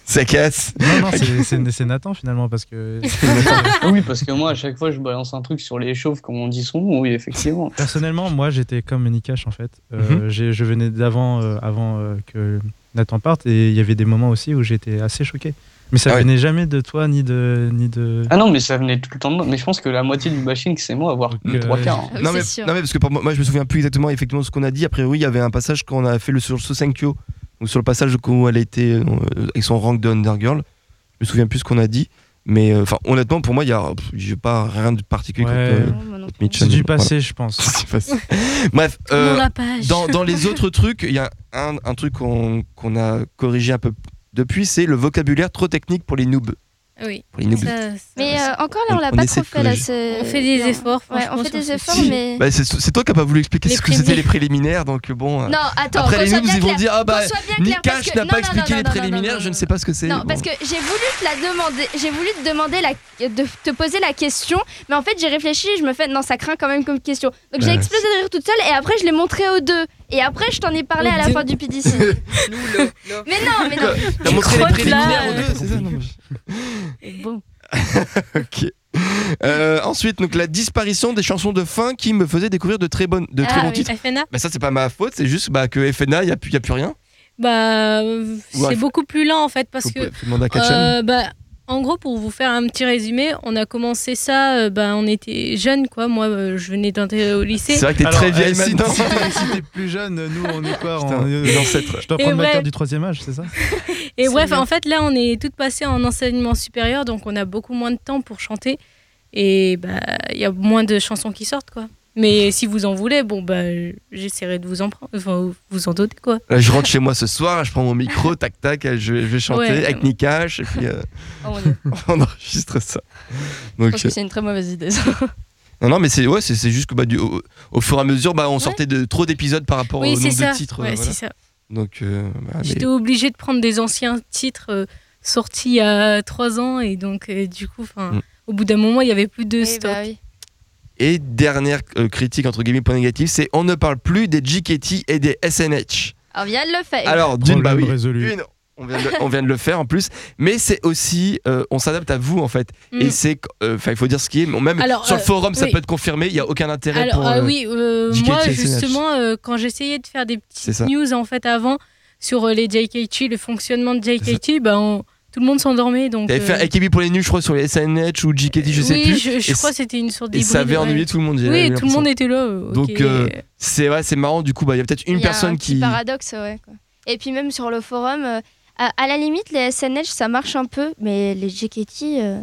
Ça casse.
Non, non, c'est- c'est c'est Nathan finalement parce que.
Ah oui, parce que moi, à chaque fois, je balance un truc sur les chauves, comme on dit souvent. Oui, effectivement.
Personnellement, moi, j'étais comme Nikash en fait. Euh, j'ai- Je venais d'avant, euh, avant euh, que Nathan parte, et il y avait des moments aussi où j'étais assez choqué. Mais ça
Ah oui.
venait jamais de toi ni de ni de.
Ah non, mais ça venait tout le temps de moi. Mais je pense que la moitié du bashing, c'est moi, voire
euh,
trois quarts.
Ah
hein.
non, mais, non, mais parce que pour moi, moi, je me souviens plus exactement effectivement de ce qu'on a dit. A priori, il y avait un passage quand on a fait le sur Sosenkyo, ou sur le passage où elle était euh, avec son rank de Undergirl. Je me souviens plus ce qu'on a dit. Mais euh, enfin, honnêtement, pour moi, il y a, pff, j'ai pas rien de particulier
Ouais.
contre, euh,
Non, moi non
contre
plus.
Mitchell.
C'est du passé, je pense.
C'est du passé. Bref, euh,
Tournons la page.
dans, dans les autres trucs, il y a un, un truc qu'on, qu'on a corrigé un peu depuis, c'est le vocabulaire trop technique pour les noobs.
Oui.
Pour les noobs.
Mais euh, encore là, on
On-
l'a
on
pas
essaie
trop
de
fait là.
corriger.
c'est-
On fait des
Non.
efforts,
Ouais, on
franchement,
fait
sur
des
ce
efforts,
sujet.
mais.
Bah, c'est, c'est toi qui n'as pas voulu expliquer
Les
ce que c'était
préliminaires.
les préliminaires, donc bon. euh,
Non, attends,
Après
qu'on
les
soit
noobs,
bien
ils vont
clair,
dire Ah
qu'on
bah,
soit bien clair, parce
Nikash
que-
n'a
non,
pas
non,
expliqué
non,
les
non, non,
préliminaires,
non,
je ne sais pas ce que c'est.
Non,
Bon.
parce que j'ai voulu te la demander, j'ai voulu te demander la, de te poser la question, mais en fait j'ai réfléchi, je me fais non ça craint quand même comme question. Donc j'ai
Ouais.
explosé de rire toute seule et après je l'ai montré aux deux et après je t'en ai parlé à la fin du PDC. Mais non, mais non.
T'as montré les préliminaires
euh,
aux deux, c'est ça non,
Bon.
Ok. Euh, ensuite, donc la disparition des chansons de fin qui me faisaient découvrir de très bonnes, de très
Ah
bons
oui,
titres.
FNA.
Bah ça c'est pas ma faute, c'est juste bah, que FNA il y a plus, y a plus rien.
Bah, euh,
Ouais,
c'est
faut-
beaucoup plus lent en fait parce
faut-
que.
faut demander à Kachem.
euh, bah, en gros, pour vous faire un petit résumé, on a commencé ça, euh, bah, on était jeunes quoi. Moi, euh, je venais d'entrer au lycée.
C'est vrai que t'es très vieille
eh, si
maintenant.
t'es- si t'es plus jeune, nous on est quoi
Putain,
on, est-
les ancêtres.
Je dois
Et
prendre ma
ouais.
carte du troisième âge, c'est ça
Et
C'est
bref,
bien.
en fait, là, on est toutes passées en enseignement supérieur, donc on a beaucoup moins de temps pour chanter. Et bah, il y a moins de chansons qui sortent, quoi. Mais si vous en voulez, bon, bah, j'essaierai de vous en prendre, enfin, vous en donner, quoi.
Là, je rentre chez moi ce soir, je prends mon micro, tac tac, je, je vais chanter
Ouais.
avec Nikash et puis euh,
Ah,
Oh mon Dieu.
on enregistre ça.
Je
Donc,
pense que
euh,
c'est une très mauvaise idée.
Eh
ça.
non, non, mais c'est ouais, c'est c'est juste que bah, du, au, au fur et à mesure, bah, on sortait de trop d'épisodes par rapport
Oui,
au
c'est
nombre
ça.
de titres.
Ouais,
euh, voilà.
c'est ça.
Donc, euh, bah, mais-
J'étais obligée de prendre des anciens titres euh, sortis il y a trois ans, et donc, euh, du coup, 'fin,
Mm.
au bout d'un moment, il n'y avait plus
Eh
de
bah
stock.
bah
Et dernière euh, critique entre guillemets point négatif, c'est on ne parle plus des JKT et des SNH.
On vient de le
Eh
faire.
ben.
Alors d'une bah oui,
Problème résolu.
une, on vient, de, le- on vient de le faire en plus, mais c'est aussi euh, on s'adapte à vous en fait.
Mm.
Et c'est qu- euh, enfin il faut dire ce qui est, mais même
Alors,
sur le
euh,
forum ça
oui.
peut être confirmé, il y a aucun intérêt
Alors
pour.
ah
euh,
oui, euh,
JKT
moi
et SNH.
justement, euh, quand j'essayais de faire des
C'est
petites
ça.
news en fait avant sur euh, les JKT, le fonctionnement de JKT, bah, on- tout le monde s'endormait donc.
T'avais
euh,
fait AKB pour les nuls, je crois, sur les SNH ou JKT, je sais
oui,
plus.
je, je
Et
crois que
c-
c'était une sorte
et
d'hybride.
ça avait
ouais.
ennuyé tout le monde. j'ai
Oui, tout le
l'impression.
monde était là. euh,
Donc
ok.
euh, c'est ouais, c'est marrant. Du coup, bah il y a peut-être une
Il y a
personne
un petit
qui.
paradoxe, ouais. quoi. Et puis même sur le forum, euh, à, à la limite, les SNH, ça marche un peu, mais les JKT... euh,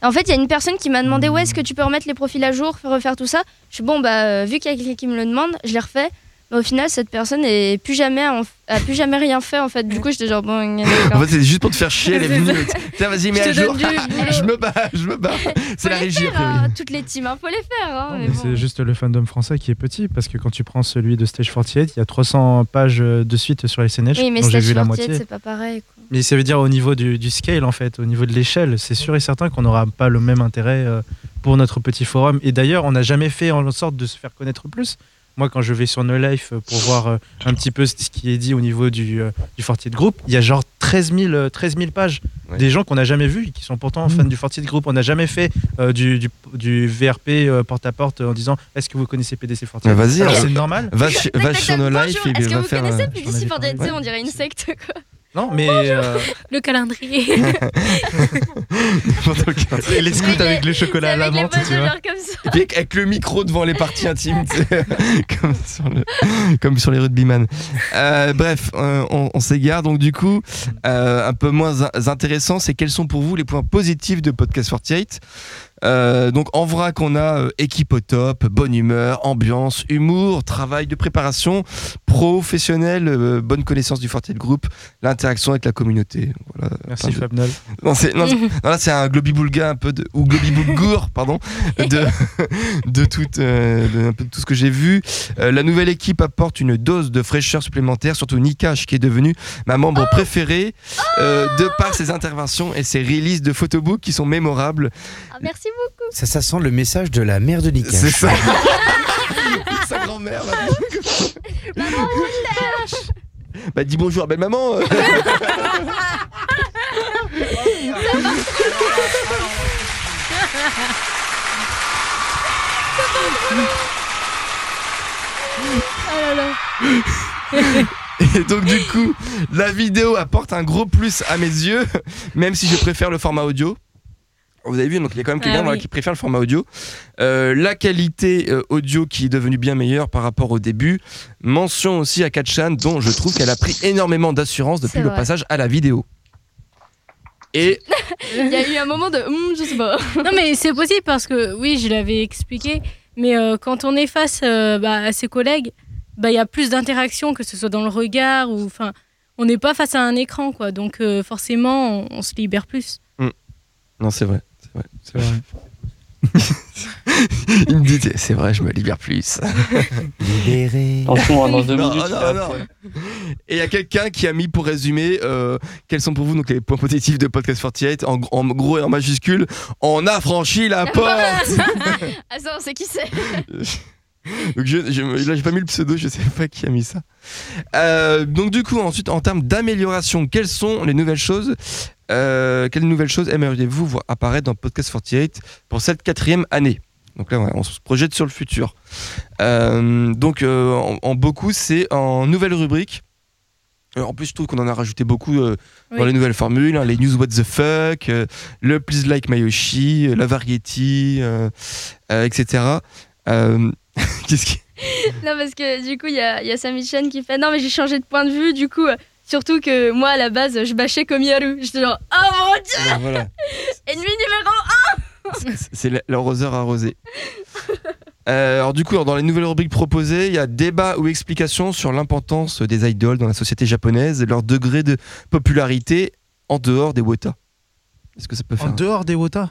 En fait, il y a une personne qui m'a demandé, ouais, est-ce que tu peux remettre les profils à jour, faire- refaire tout ça Je suis bon, bah, euh, vu qu'il y a quelqu'un qui me le demande, je les refais. Mais au final, cette personne est plus jamais en- a plus jamais rien fait, en fait. Du coup, j'étais genre, bon...
En
d'accord.
fait, c'est juste pour te faire chier les minutes. Tiens, vas-y, mets
Je
à
te
jour.
donne du boulot.
je me bats, je me bats. C'est la régie.
Faire, hein, toutes les teams, hein, faut les faire. hein, mais
Mais
bon.
C'est juste le fandom français qui est petit parce que quand tu prends celui de Stage 48, il y a 300 pages euh, de suite sur les SNH
Oui, mais
dont j'ai
Stage
vu la
48,
moitié.
c'est pas pareil. quoi.
Mais ça veut dire au niveau du, du scale en fait, au niveau de l'échelle, c'est sûr et certain qu'on n'aura pas le même intérêt euh, pour notre petit forum. Et d'ailleurs, on n'a jamais fait en sorte de se faire connaître plus. Moi, quand je vais sur No Life euh, pour voir euh, un petit peu ce qui est dit au niveau du, euh, du Fortier de groupe, il y a genre 13 000, euh, 13 000 pages. Des gens qu'on n'a jamais vus, qui sont pourtant fans du Fortier de groupe. On n'a jamais fait euh, du, du- du VRP euh, porte à porte euh, en disant Est-ce que vous connaissez PDC Fortier
Mais vas-y,
Alors,
hein.
c'est normal.
Va ch- va Peut-être sur No Life
Bonjour,
et
est-ce que
va
vous
faire,
connaissez
euh,
plus
j'en avais
d'ici
parlé.
on dirait une secte, quoi.
Non, mais. euh,
Le calendrier.
les scouts avec le chocolat à la menthe, tu vois.
comme ça.
Et puis avec- avec le micro devant les parties intimes, tu sais, comme, sur le- comme sur les rugbyman. Euh, bref, euh, on, on s'égare. Donc du coup, euh, un peu moins in- intéressant, c'est quels sont pour vous les points positifs de Podcast 48 Euh, donc en vrac on a euh, équipe au top, bonne humeur, ambiance, humour, travail de préparation, professionnel, euh, bonne connaissance du Fortier de groupe, l'interaction avec la communauté. Voilà,
Merci,
Plein de-
Fabnol.
non, c'est, non, c'est- non, là, c'est un globiboulga un peu de, ou globiboulgour, pardon, de, de, tout, euh, de un peu de tout ce que j'ai vu. Euh, la nouvelle équipe apporte une dose de fraîcheur supplémentaire, surtout Nikash, qui est devenue ma membre préférée, euh, de par ses interventions et ses releases de photobooks qui sont mémorables.
Ah, merci beaucoup.
Ça, ça sent le message de la mère de Nikash.
C'est ça.
Sa
grand-mère,
Maman, on te lâche
Bah, dis bonjour à belle maman. euh.
là là.
Et donc du coup, la vidéo apporte un gros plus à mes yeux, même si je préfère le format audio. Vous avez vu, donc il y a quand même
Ah
quelqu'un dans la-
oui.
qui préfère le format audio. Euh, la qualité euh, audio qui est devenue bien meilleure par rapport au début. Mention aussi à Katchan, dont je trouve qu'elle a pris énormément d'assurance depuis
C'est
le
vrai.
passage à la vidéo. Et
Il y a eu un moment de. hmm, je sais pas.
non mais c'est possible parce que oui, je l'avais expliqué, mais euh, quand on est face euh, bah, à ses collègues, bah il y a plus d'interaction que ce soit dans le regard ou enfin, on n'est pas face à un écran quoi, donc euh, forcément on, on se libère plus.
Non, c'est vrai. C'est vrai. C'est vrai. Il me dit, c'est vrai, je me libère plus. Libéré.
Attention, hein, dans deux minutes, il y a-
Et il y a quelqu'un qui a mis pour résumer euh, quels sont pour vous donc, les points positifs de Podcast 48 en, gr- en gros et en majuscule. On a franchi la porte
Attends, c'est qui c'est
donc je, je me- là, j'ai pas mis le pseudo, je sais pas qui a mis ça. Euh, donc du coup, ensuite, en termes d'amélioration, quelles sont les nouvelles choses euh, Quelles nouvelles choses aimeriez-vous voir apparaître dans Podcast 48 pour cette quatrième année Donc là, ouais, on se projette sur le futur. Euh, donc euh, en, en beaucoup, c'est en nouvelles rubriques. Euh, En plus, je trouve qu'on en a rajouté beaucoup euh, dans
Oui.
les nouvelles formules, hein, les news what the fuck, euh, le please like Mayoshi, euh, la variety, euh, euh, etc. Euh, Qu'est-ce qui...
Non, parce que du coup, il y a, il y a Sami Chen qui fait Non, mais j'ai changé de point de vue, du coup. euh, Surtout que moi, à la base, je bâchais Komiharu. J'étais genre, oh mon dieu
Ben voilà,
Ennemi numéro 1
c'est la- l'arroseur arrosé. Euh, alors du coup, alors, dans les nouvelles rubriques proposées, il y a débat ou explication sur l'importance des idoles dans la société japonaise et leur degré de popularité en dehors des wotas. Est-ce que ça peut
En
faire un-
dehors des Wota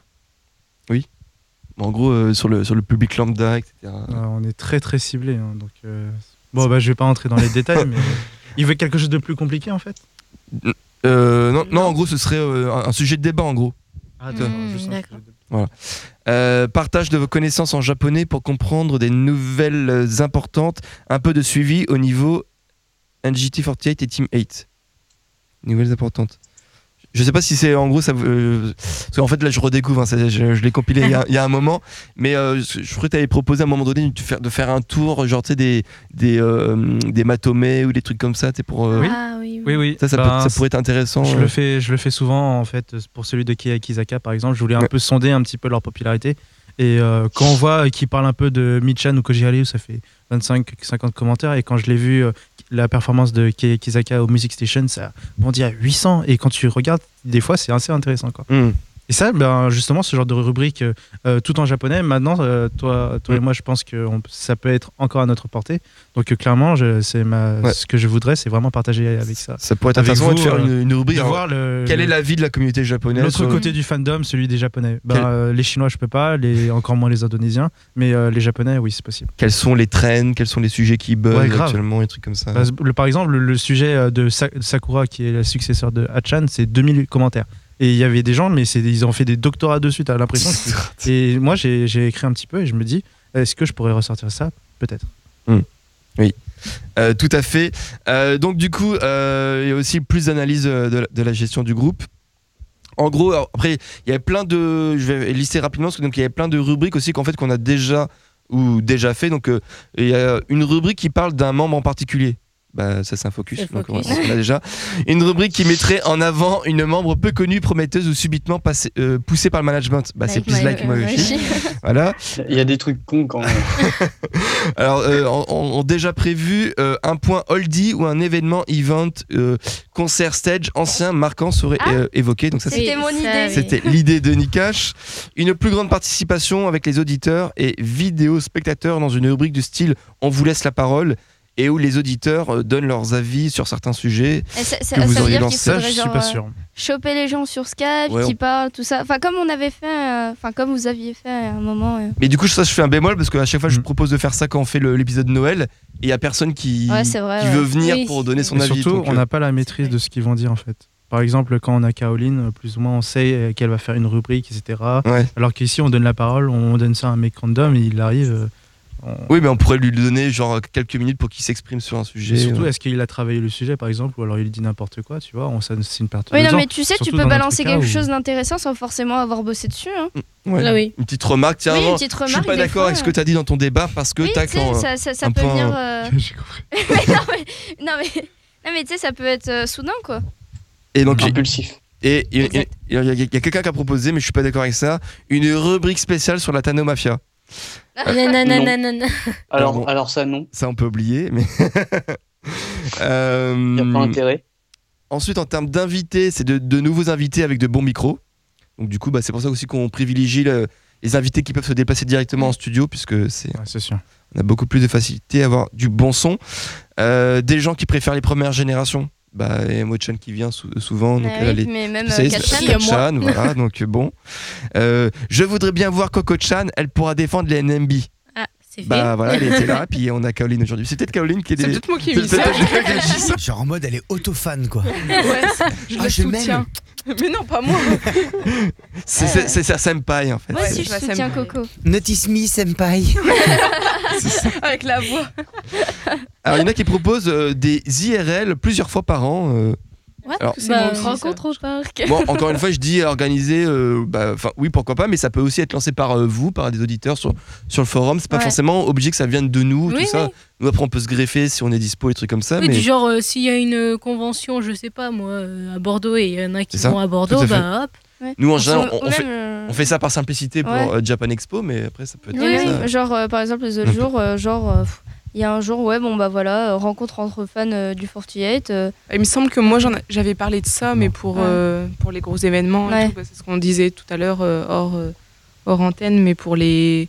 Oui. Bon, en gros, euh, sur, le, sur le public lambda, etc.
Ouais, Ah, on est très très ciblé. hein, donc, euh, Bon, bah, je vais pas entrer dans les détails, mais il veut quelque chose de plus compliqué en fait.
Euh, non, non, en gros, ce serait euh, un un sujet de débat, en gros.
Ah,
D'accord.
Voilà. Euh, partage de vos connaissances en japonais pour comprendre des nouvelles euh, importantes. Un peu de suivi au niveau NGT48 et Team 8. Nouvelles importantes. Je sais pas si c'est en gros ça. euh, parce qu'en fait là je redécouvre, hein, ça, je, je l'ai compilé il y, a- il y a un moment, mais euh, je je crois que tu avais proposé à un moment donné de faire, de faire un tour, genre tu sais, des, des, euh, des matomés ou des trucs comme ça, tu sais, pour. euh,
Ah
oui, oui.
Ça, ça, peut-
Ben,
ça pourrait être intéressant.
Je
euh.
le, fais, je le fais souvent en fait pour celui de Kei Akizaka par exemple. Je voulais un
Ouais.
peu sonder un petit peu leur popularité. Et euh, quand on voit qu'ils parlent un peu de Michan ou Koji Aliou, ça fait 25-50 commentaires. Et quand je l'ai vu, euh, la performance de Kei Akizaka au Music Station, ça a bondi à 800. Et quand tu regardes, des fois, c'est assez intéressant. Quoi.
Hmm.
Et ça, ben, justement, ce genre de rubrique euh, euh, tout en japonais, maintenant, euh, toi, toi et
Hmm.
moi, je pense que on- ça peut être encore à notre portée. Donc, euh, clairement, je- c'est ma,
Ouais.
ce que je voudrais, c'est vraiment partager avec ça.
Ça pourrait être
Avec
intéressant de
vous,
faire
euh,
une, une rubrique.
de
alors,
voir Euh, le-
Quelle est la vie de la communauté japonaise
L'autre
euh,
côté du fandom, celui des Japonais. Bah,
Quel-
euh, les Chinois, je peux pas, les... encore moins les Indonésiens, mais euh, les Japonais, oui, c'est possible.
Quels sont les trends Quels sont les sujets qui buzzent
Ouais, grave.
actuellement Les trucs comme ça.
Bah, le- par exemple, le sujet euh, de Sa- Sakura, qui est la successeur de Hachan, c'est 2000 commentaires. Et il y avait des gens, mais c'est- ils ont fait des doctorats dessus, t'as l'impression. que- et moi, j'ai j'ai écrit un petit peu et je me dis, est-ce que je pourrais ressortir ça Peut-être.
Hmm. Oui, Euh, tout à fait. Euh, donc du coup, euh, il y a aussi plus d'analyse euh, de, la- de la gestion du groupe. En gros, alors, après, il y avait plein de, je vais lister rapidement parce que donc il y avait plein de rubriques aussi qu'en fait qu'on a déjà ou déjà fait. Donc euh, il y a une rubrique qui parle d'un membre en particulier. Bah, ça c'est un focus,
C'est
donc on,
focus.
on l'a déjà. Une rubrique qui mettrait en avant une membre peu connue, prometteuse ou subitement passée- euh, poussée par le management. Bah, c'est
Like
plus
my-
like
euh,
moi
Moshi.
Voilà.
Il y a des trucs cons quand même.
Alors, euh, on, on- on déjà prévu euh, un point oldie ou un événement event euh, concert stage ancien marquant serait
Ah.
euh, évoqué. Donc ça,
C'était
c'est-
mon idée.
C'était l'idée de Nikash. Une plus grande participation avec les auditeurs et vidéo spectateurs dans une rubrique du style "On vous laisse la parole" et où les auditeurs euh, donnent leurs avis sur certains sujets
Et ça, ça-
que
ça
vous
veut
auriez
dire
lancé.
qu'il faudrait genre, euh, choper les gens sur Skype,
Ouais, on-
qui parlent, tout ça. Enfin, comme on avait fait, euh, enfin, comme vous aviez fait à un moment. euh.
Mais du coup, ça, je fais un bémol parce qu'à chaque fois, je
Mm.
propose de faire ça quand on fait le- l'épisode Noël et il y a personne qui,
Ouais, c'est vrai,
qui
ouais.
veut venir
Oui.
pour donner son
Et
avis.
Surtout,
donc,
on
euh,
n'a pas la maîtrise de ce qu'ils vont dire en fait. Par exemple, quand on a Caroline, euh, plus ou moins on sait euh, qu'elle va faire une rubrique, etc.
Ouais.
Alors qu'ici, on donne la parole, on donne ça à un mec random et il arrive. euh,
Oui, mais on pourrait lui donner genre quelques minutes pour qu'il s'exprime sur un sujet.
Mais surtout,
euh.
est-ce qu'il a travaillé le sujet, par exemple, ou alors il dit n'importe quoi, tu vois on, ça, C'est une perte de
Oui, non,
temps.
mais tu sais, tu
Surtout
peux
dans notre
balancer
cas
quelque
où-
chose d'intéressant sans forcément avoir bossé dessus. hein.
Ouais.
Ah oui.
Une petite remarque, tiens,
Oui, une
avant,
petite
je suis
remarque,
pas
des
d'accord
fois,
avec ce que tu as dit dans ton débat parce que
Oui,
tac,
tu sais,
en-
ça, ça- ça
un
peut
point,
venir.
euh,
euh, mais non, mais, non, mais, non, mais tu sais, ça peut être euh, soudain, quoi.
Et donc,
impulsif.
Et il il- il y a, il y a quelqu'un qui a proposé, mais je suis pas d'accord avec ça, une rubrique spéciale sur la Tano Mafia.
Non, non, non, non, non, non.
Alors,
bon,
alors ça, non.
Ça, on peut oublier, mais. euh,
Y a pas intérêt.
Ensuite, en termes d'invités, c'est de, de nouveaux invités avec de bons micros. Donc, du coup, bah, c'est pour ça aussi qu'on privilégie le- les invités qui peuvent se déplacer directement en studio, puisque c'est. On a beaucoup plus de facilité à avoir du bon son. Euh, des gens qui préfèrent les premières générations. Bah, et Mochan qui vient sou- souvent. Donc,
Ah
elle,
oui,
elle est
mais même,
spécialiste.
euh, Katchan,
Katchan,
il y a moi.
voilà, donc bon. Euh, je voudrais bien voir Coco Chan, elle pourra défendre les NMB.
Ah, c'est fait.
Bah voilà, elle était là, puis on a Caroline aujourd'hui. C'est peut-être Caroline qui est.
C'est
des-
peut-être moi qui ai
C'est
mis ça.
peut-être moi qui ai dit ça.
Genre en mode, elle est autofan, quoi.
Ouais, je
Ah,
le
je
soutiens. Mais non, pas moi.
C'est c'est- c'est sa senpai en fait.
Moi
aussi,
je soutiens Coco.
Notice me, senpai.
Avec la voix.
Alors il y en a qui proposent euh, des IRL plusieurs fois par an. euh. Alors,
bah, rencontre au parc.
Bon, encore une fois, je dis organiser, euh, bah, enfin, oui, pourquoi pas, mais ça peut aussi être lancé par euh, vous, par des auditeurs sur, sur le forum. C'est pas
Ouais.
forcément obligé que ça vienne de nous,
Oui,
tout ça.
oui.
Nous, après, on peut se greffer si on est dispo et trucs comme ça.
Oui,
Ah, mais...
du genre, euh, s'il y a une euh, convention, je sais pas moi, euh, à Bordeaux et il y en a qui
C'est ça,
vont à
tout
Bordeaux,
à fait.
bah hop.
Nous, en général, on, on fait,
euh,
on fait ça par simplicité pour
ouais.
euh, Japan Expo, mais après, ça peut être.
Oui, oui,
ça.
genre euh, par exemple les autres
Un peu.
jours, euh, genre euh, pff, il y a un jour, ouais, bon bah voilà, euh, rencontre entre fans euh, du 48. euh.
Il me semble que moi j'en a- j'avais parlé de ça, mais pour,
Ouais.
euh, pour les gros événements, et
Ouais.
tout, parce que c'est ce qu'on disait tout à l'heure euh, hors, euh, hors antenne, mais pour les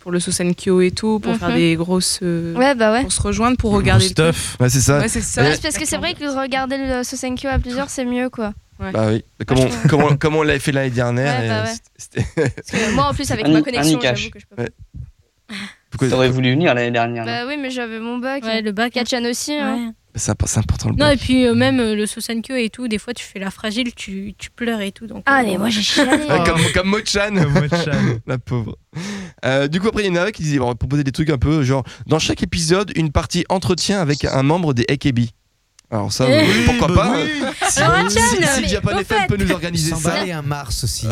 pour le Sosankyo et tout, pour faire
Mhm.
des grosses. euh,
Ouais, bah ouais.
Pour se rejoindre, pour regarder. le truc.
Ouais, c'est ça.
Ouais, c'est ça.
Ouais, parce que c'est vrai que regarder le Sosenkyo à plusieurs, c'est mieux quoi.
Bah oui, Mais comme on, comme on- comme on l'avait fait l'année dernière.
Ouais,
et,
bah
euh,
ouais.
c'était-
Parce que moi en plus, avec
Un-
ma
un
connexion,
Nikash.
j'avoue que je peux
Ouais.
T'aurais voulu venir l'année dernière.
Bah oui, mais j'avais mon bac.
Ouais, le bac.
Kachan aussi. hein.
C'est imp- c'est important le
Non,
bon.
et puis euh, même euh, le Sosankyo et tout, des fois tu fais la fragile, tu, tu pleures et tout. Donc, euh,
Ah, mais moi, j'ai chialé.
Ouais, comme, comme Mochan. la pauvre. Euh, du coup, après, il y en a qui disaient, on va proposer des trucs un peu genre, dans chaque épisode, une partie entretien avec un membre des AKB. Alors ça,
Eh.
oui,
Oui,
pourquoi
bah
pas hein.
oui.
Si,
Alors,
si-
Hachan,
si
mais
Japan
au
FM peut
fait-
nous organiser ça.
S'emballer un Mars aussi.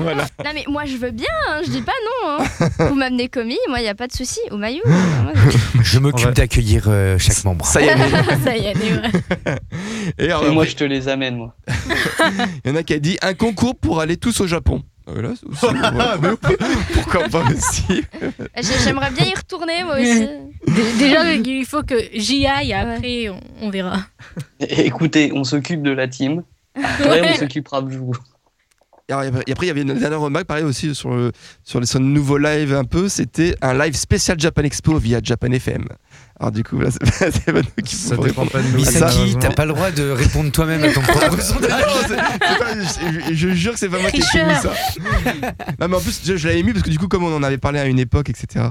voilà.
Non mais moi je veux bien, hein, je dis pas non. hein. Vous m'amenez commis, moi y a pas de souci. Au maillot. hein. vraiment.
Je m'occupe d'accueillir euh, chaque membre.
Ça y est.
Ça y est, allez, ouais.
Et
Bah,
alors,
Et moi,
après,
je te les amène, moi.
il y en a qui a dit un concours pour aller tous au Japon. Ah, voilà, c'est- c'est- voilà. Pourquoi pas aussi
J'ai- J'aimerais bien y retourner moi aussi.
Dé- Déjà, il faut que j'y aille, après on, on verra.
É- Écoutez, on s'occupe de la team. Après, on s'occupera de vous.
Alors, et après, il y avait une dernière remarque, pareil aussi, sur le, sur les, sur le nouveau live un peu, c'était un live spécial Japan Expo via Japan FM. Alors, du coup, là, c'est pas- c'est pas nous qui
Ça
pouvons
dépend
répondre
pas de nous,
à ça.
Misaki, t'as pas le droit de répondre toi-même à ton propre sondage.
Ah non, c'est- c'est pas- je, je- je jure que c'est pas moi qui ai
Tricheur.
mis ça. Non, mais en plus, je, je l'avais mis parce que du coup, comme on en avait parlé à une époque, etc.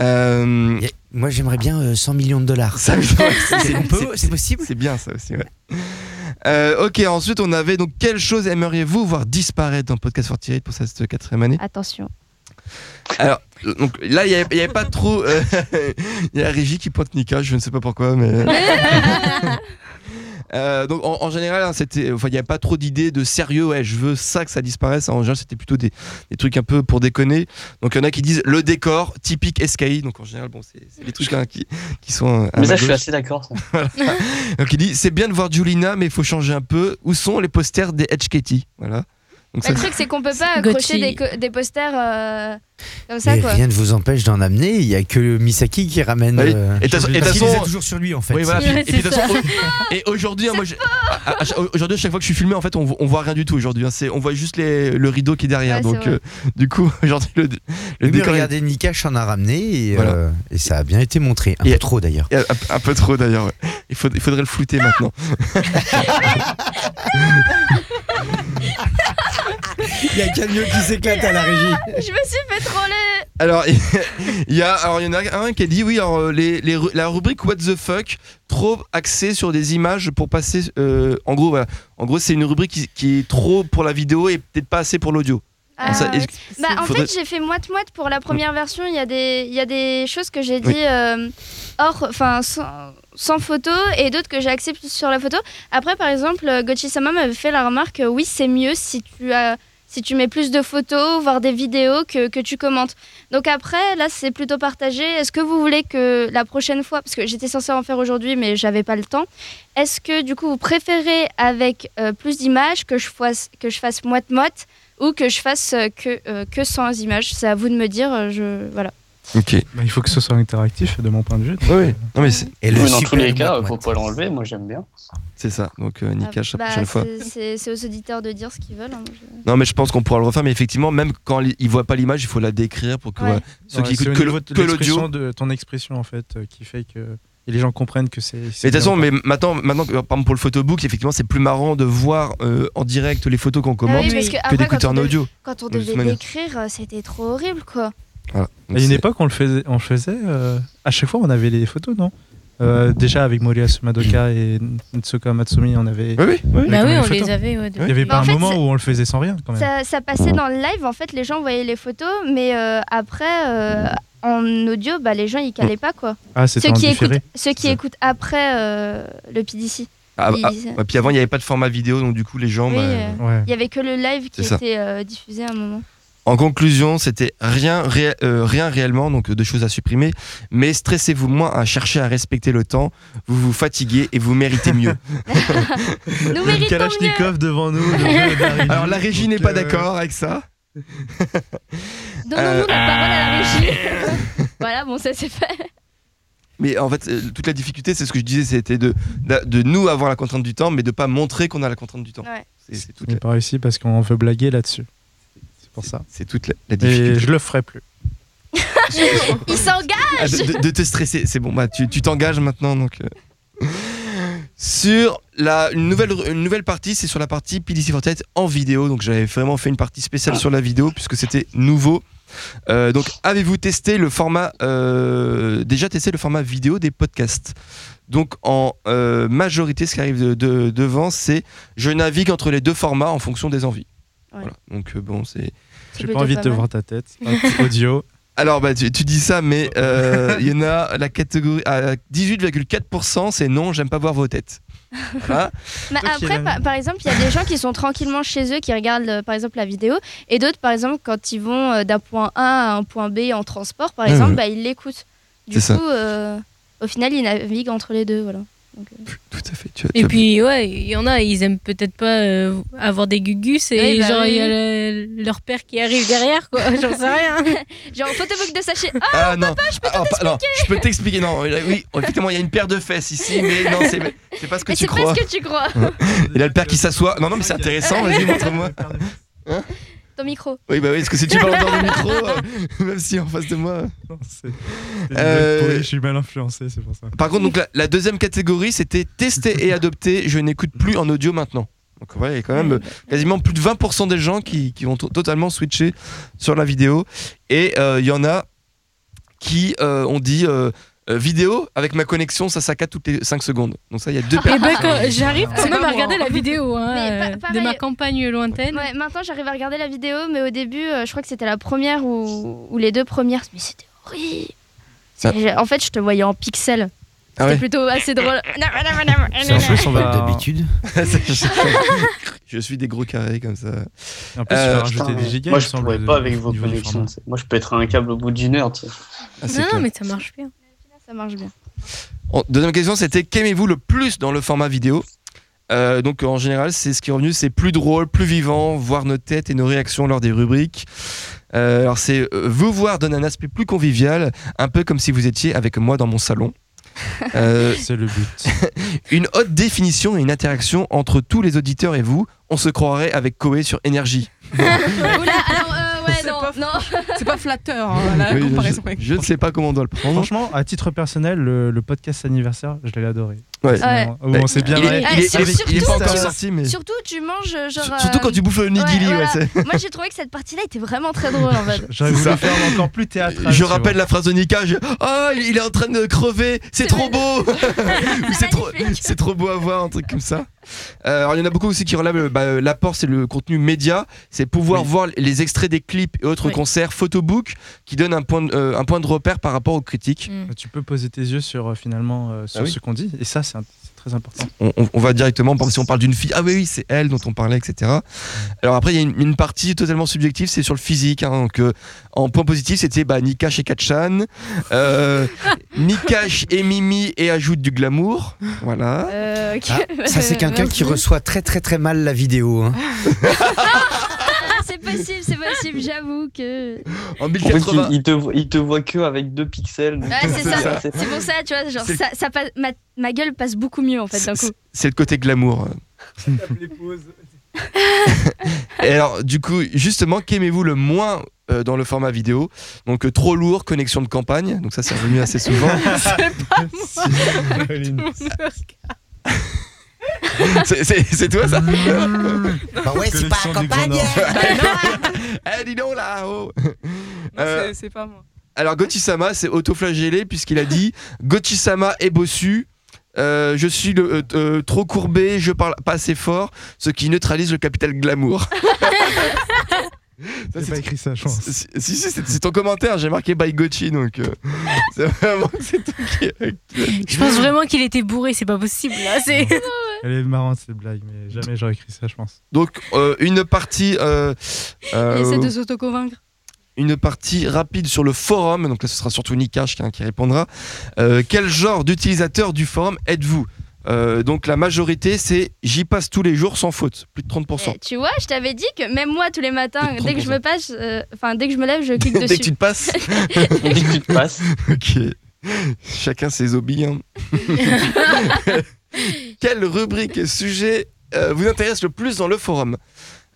Euh,
Moi, j'aimerais bien euh, 100 millions de dollars.
Ça, ouais, c'est-
C'est- on peut-
c'est-
c'est possible
C'est bien ça aussi, ouais. Euh, ok, ensuite on avait donc quelle chose aimeriez-vous voir disparaître dans Podcast 48 pour cette quatrième année
Attention.
Alors euh, donc là il n'y avait, il y avait pas trop. euh, Il y a Régie qui pointe Nika, je ne sais pas pourquoi, mais. Euh, donc en, en général, hein, c'était, enfin, il n'y a pas trop d'idées de sérieux. Ouais, je veux ça que ça disparaisse. En général, c'était plutôt des, des trucs un peu pour déconner. Donc il y en a qui disent le décor typique SKI. Donc en général, bon, c'est c'est les trucs hein, qui, qui sont. euh, à
Mais ça,
ma
je suis
gauche.
assez d'accord. ça.
Voilà. Donc il dit c'est bien de voir Julina, mais il faut changer un peu. Où sont les posters des Edge Katie Voilà. Donc,
Bah, le truc, c'est qu'on peut pas accrocher des, co- des posters euh, comme ça,
Et
quoi.
rien ne vous empêche d'en amener. Il y a que Misaki qui ramène.
Oui.
euh,
Et t'as- et
parce
t'as
qu'il les
son-
a toujours sur lui en fait.
Oui, voilà.
C'est-
Puis- et puis, de toute façon, au- et aujourd'hui, hein, moi, je- à- à- aujourd'hui, à chaque fois que je suis filmé, en fait, on, vo- on voit rien du tout aujourd'hui. hein. C'est, on voit juste les- le rideau qui est derrière.
Ouais, c'est
donc,
vrai.
euh, du coup, aujourd'hui, le, le
Mais
décor. est-
regardez, Nikash en a ramené et,
Voilà.
euh, et ça a bien été montré. Un peu trop d'ailleurs.
est Un, un peu trop d'ailleurs. ouais. Il, faut- il faudrait le flouter
Ah
maintenant.
Il y a Camio qui s'éclate à la régie.
Je me suis fait troller.
Alors, il y a, alors, il y en a un qui a dit oui. Alors, euh, les, les ru- la rubrique What the fuck, trop axée sur des images pour passer. euh, en gros, voilà. En gros, c'est une rubrique qui, qui est trop pour la vidéo et peut-être pas assez pour l'audio.
Ah,
Ça, est-ce
ouais.
que-
Bah, en
faudrait- Mm.
fait, j'ai fait moite-moite pour la première version. Il y, a des- il y a des choses que j'ai
Oui.
dit euh, hors, enfin, sans, sans photo et d'autres que j'ai acceptées sur la photo. Après, par exemple, euh, Gochi-sama m'avait fait la remarque euh, oui, c'est mieux si tu, as, si tu mets plus de photos, voire des vidéos que, que tu commentes. Donc après, là, c'est plutôt partagé. Est-ce que vous voulez que la prochaine fois, parce que j'étais censée en faire aujourd'hui, mais j'avais pas le temps, est-ce que du coup, vous préférez avec euh, plus d'images que je fasse, que je fasse moite-moite ou que je fasse euh, que, euh, que sans images. C'est à vous de me dire. euh, Je... Voilà.
Ok.
Bah, il faut que ce soit interactif de mon point de vue.
Oui, non mais c'est.
Mais dans tous les cas, faut pas l'enlever, moi j'aime bien.
C'est ça. Donc euh, Nikash, la
Bah,
prochaine fois.
c'est- C'est c'est aux auditeurs de dire ce qu'ils veulent. hein.
Non, mais je pense qu'on pourra le refaire. Mais effectivement, même quand li- ils voient pas l'image, il faut la décrire pour que
Ouais. Ah
euh, ceux
Ouais,
qui
c'est
écoutent
au
que
niveau
le-
de
que
l'expression
l'audio.
de ton expression en fait euh, qui fait que et les gens comprennent que c'est.
Mais de toute façon, mais maintenant, maintenant, que- par exemple pour le photobook, effectivement, c'est plus marrant de voir euh, en direct les photos qu'on
Ah
commande
oui, parce que
que
après,
d'écouter
quand
en
on dev-
audio.
Quand on
De toute
devait
manière.
l'écrire, euh, c'était trop horrible, quoi.
Voilà.
à une époque, on le faisait, on le faisait euh, à chaque fois, on avait les photos, non Euh, Déjà avec Moria Sumadoka et Nitsuka Matsumi, on avait.
Oui, oui.
avait quand
Bah oui,
même
on les
photos.
avait, ouais, de-
Il n'y avait
Mais
pas
en
un
fait,
moment
c'est-
où on le faisait sans rien quand même.
Ça, ça passait dans le live, en fait, les gens voyaient les photos, mais euh, après, euh, en audio, bah, les gens,
Mm.
ils calaient pas, quoi.
Ah, c'était
ceux,
en
qui
différé.
écoutent, ceux qui écoutent après euh, le PDC.
Ah,
ils- euh,
ah, ouais, puis avant, il n'y avait pas de format vidéo, donc du coup, les gens.
oui,
bah,
euh, Il y avait que le live qui
C'est ça.
était euh, diffusé à un moment.
En conclusion, c'était rien, ré- euh, rien réellement, donc euh, de choses à supprimer, mais stressez-vous moins à chercher à respecter le temps, vous vous fatiguez et vous méritez mieux.
Nous méritons
Kalachnikov devant nous. le jeu d'arrivée.
Alors la régie n'est
Donc,
pas
euh,
d'accord avec ça.
Donnons-nous
Euh,
la parole à la
ah,
régie. voilà, bon, ça c'est fait.
Mais en fait, euh, toute la difficulté, c'est ce que je disais, c'était de, de, de nous avoir la contrainte du temps, mais de pas montrer qu'on a la contrainte du temps.
Ouais.
C'est- C'est toute,
On n'est pas réussi parce qu'on veut blaguer là-dessus. C'est pour ça.
c'est toute la, la
Et
difficulté.
je le ferai plus.
Il
Ah,
s'engage
de, de- de te stresser. C'est bon, bah, tu tu t'engages maintenant. Donc, euh. Sur la, une, nouvelle, une nouvelle partie, c'est sur la partie PDC Fortnite en vidéo. Donc j'avais vraiment fait une partie spéciale sur la vidéo puisque c'était nouveau. Euh, donc avez-vous testé le format, euh, déjà testé le format vidéo des podcasts donc en euh, majorité, ce qui arrive de- de- devant, c'est je navigue entre les deux formats en fonction des envies.
Ouais.
Voilà. Donc euh, bon, c'est
J'ai
plutôt
pas envie de
pas
te
mal.
voir ta tête. Hop, Audio.
alors, bah, tu, tu dis ça, mais euh, il y en a la catégorie à 18,4%, c'est non, j'aime pas voir vos têtes. Voilà.
Bah,
Toi qui
Après,
l'aimes.
par, par exemple, il y a des gens qui sont tranquillement chez eux, qui regardent euh, par exemple la vidéo, et d'autres, par exemple, quand ils vont euh, d'un point A à un point B en transport, par
Ah
Ouais,
exemple,
ouais.
bah, ils l'écoutent. Du
C'est ça.
coup, euh, au final, ils naviguent entre les deux. Voilà. Donc, euh,
Tout à fait. Tu, as- tu
Et
as-
puis, ouais, il y en a, ils aiment peut-être pas euh, avoir des gugus et
Oui, bah
genre, il y a
oui.
le- leur père qui arrive derrière, quoi. J'en sais rien.
Genre, photobook de sachet. Ah,
Ah non, Ah, oh, pa- non, je peux t'expliquer. Non, euh, oui, effectivement, il y a une paire de fesses ici, mais non, c'est c'est pas ce que
mais
tu
c'est pas
crois.
ce que tu crois.
Et là, le père qui s'assoit. Non, non, mais c'est intéressant, vas-y, montre-moi.
Ton micro.
Oui, bah oui, parce que si tu parles dans le micro, euh, même si en face de moi.
Non, c'est- c'est une
Euh,
blague pourrie, Je suis mal influencé, c'est pour ça.
Par contre, donc, la, la deuxième catégorie, c'était tester et adopter. Je n'écoute plus en audio maintenant. Donc, ouais, il y a quand même euh, quasiment plus de 20% des gens qui, qui vont to- totalement switcher sur la vidéo. Et euh, il y en a qui euh, ont dit euh, euh, vidéo, avec ma connexion, ça saccade toutes les 5 secondes. Donc, ça, il y a deux
Et
personnes.
ben, quand- j'arrive
C'est
quand même
pas moi.
à regarder la vidéo
Mais
hein,
pa-
euh,
pareil.
de ma campagne lointaine.
Ouais, maintenant, j'arrive à regarder la vidéo, mais au début, euh, je crois que c'était la première ou, ou les deux premières. Mais c'était horrible. C'est- j'ai- En fait, je te voyais en pixel.
Ah
C'était
ouais.
plutôt assez drôle.
C'est en plus, on va.
D'habitude.
Je suis des gros carrés comme ça.
En plus, on
Euh,
va
Putain,
rajouter des gigas.
moi
il
je
semble,
pourrais pas
au
avec vos
niveau du
connexions.
format.
c'est- Moi je pèterais un câble au bout d'une heure. tu sais.
Ah, c'est
non,
clair.
mais ça marche bien.
Ça marche bien.
En- Deuxième question, c'était qu'aimez-vous le plus dans le format vidéo Euh, donc en général, c'est ce qui est revenu, c'est plus drôle, plus vivant, voir nos têtes et nos réactions lors des rubriques. Euh, alors c'est euh, vous voir donne un aspect plus convivial, un peu comme si vous étiez avec moi dans mon salon. Euh,
C'est le but.
une haute définition et une interaction entre tous les auditeurs et vous. On se croirait avec Koé sur énergie.
Oula, alors, euh, ouais,
C'est
non,
pas fou.
non.
C'est pas flatteur hein, la
Oui, je-
comparaison.
je,
avec-
ne sais pas comment on doit le prendre.
Franchement, à titre personnel, le, le podcast anniversaire, je l'ai adoré.
Ouais.
Ouais.
Au moment où on s'est bien
Il est,
marré.
il
Ouais,
est-
sur-
il est- il est pas
surtout
encore
quand-
sorti, mais
Surtout, tu manges euh, genre.
surtout quand
euh,
tu bouffes le
ouais,
nigiri. ouais,
voilà.
c'est-
Moi, j'ai trouvé que cette partie-là était vraiment très drôle en fait.
J'aurais voulu faire encore plus théâtral.
Je
hein, tu vois.
rappelle la phrase de Nika, je- Ah, il est en train de crever, c'est
C'est
trop beau Ou c'est trop,
magnifique.
c'est trop beau à voir, un truc comme ça. Euh, alors, il y en a beaucoup aussi qui relèvent euh, bah, euh, l'apport, c'est le contenu média, c'est pouvoir voir les extraits des clips et autres
Oui.
concerts, photobooks, qui donnent un point, de, euh, un point de repère par rapport aux critiques.
Tu peux poser tes yeux sur euh, finalement euh,
Ah
sur
oui.
ce qu'on dit, et ça c'est un- c'est très important.
on, on- on va directement, par exemple, si on parle d'une fille, ah oui, oui, c'est elle dont on parlait, etc. Alors après, il y a une, une partie totalement subjective, c'est sur le physique. hein, donc, euh, en point positif, c'était bah, Nikash et Katchan. Euh, Nikash et Mimi et ajoute du glamour. Voilà.
Euh, ok.
Ah, ça, c'est quelqu'un
Merci.
qui reçoit-
Soit très très très mal la vidéo. hein.
Ah, c'est possible, c'est possible, j'avoue que.
En
1080.
il, il te, il te voit que avec 2 pixels. donc
Ouais, Bah, c'est ça.
c'est-
C'est pour ça, tu vois, genre,
C'est-
ça, ça passe- ma, ma gueule passe beaucoup mieux en fait d'un coup.
C'est le côté glamour. Et alors, du coup, justement, qu'aimez-vous le moins euh, dans le format vidéo Donc, euh, trop lourd, connexion de campagne. Donc, ça, c'est revenu assez souvent.
C'est pas moi.
C'est- c'est c'est toi, ça
Bah ouais, c'est pas Connexion du campagne. Grand
Eh, dis donc là-haut
C'est-
Euh,
C'est pas moi.
Alors Gauthier-sama s'est autoflagellé puisqu'il a dit Gauthier-sama est bossu. euh, je suis le, euh, euh, trop courbé, je parle pas assez fort, ce qui neutralise le capital glamour.
C'est pas écrit ça, je pense.
si, si, si, c'est c'est ton commentaire, j'ai marqué by Gauthier, donc euh, c'est vraiment que c'est toi qui.
Je pense vraiment qu'il était bourré, c'est pas possible. Là, c'est...
Elle est marrante cette blague, mais jamais j'aurais écrit ça, je pense.
Donc, euh, une partie. euh, euh,
Il essaie de s'auto-convaincre.
une partie rapide sur le forum, donc là ce sera surtout Nikash hein, qui, qui répondra. Euh, quel genre d'utilisateur du forum êtes-vous Euh, Donc la majorité c'est j'y passe tous les jours sans faute, plus de 30%.
Eh, Tu vois, je t'avais dit que même moi tous les matins,
Peut-être
dès que je me passe, euh, enfin dès que je me lève, je clique dessus.
Dès que tu te passes Dès que tu te passes Ok. Chacun ses hobbies. hein. Quelle rubrique et sujet euh, vous intéresse le plus dans le forum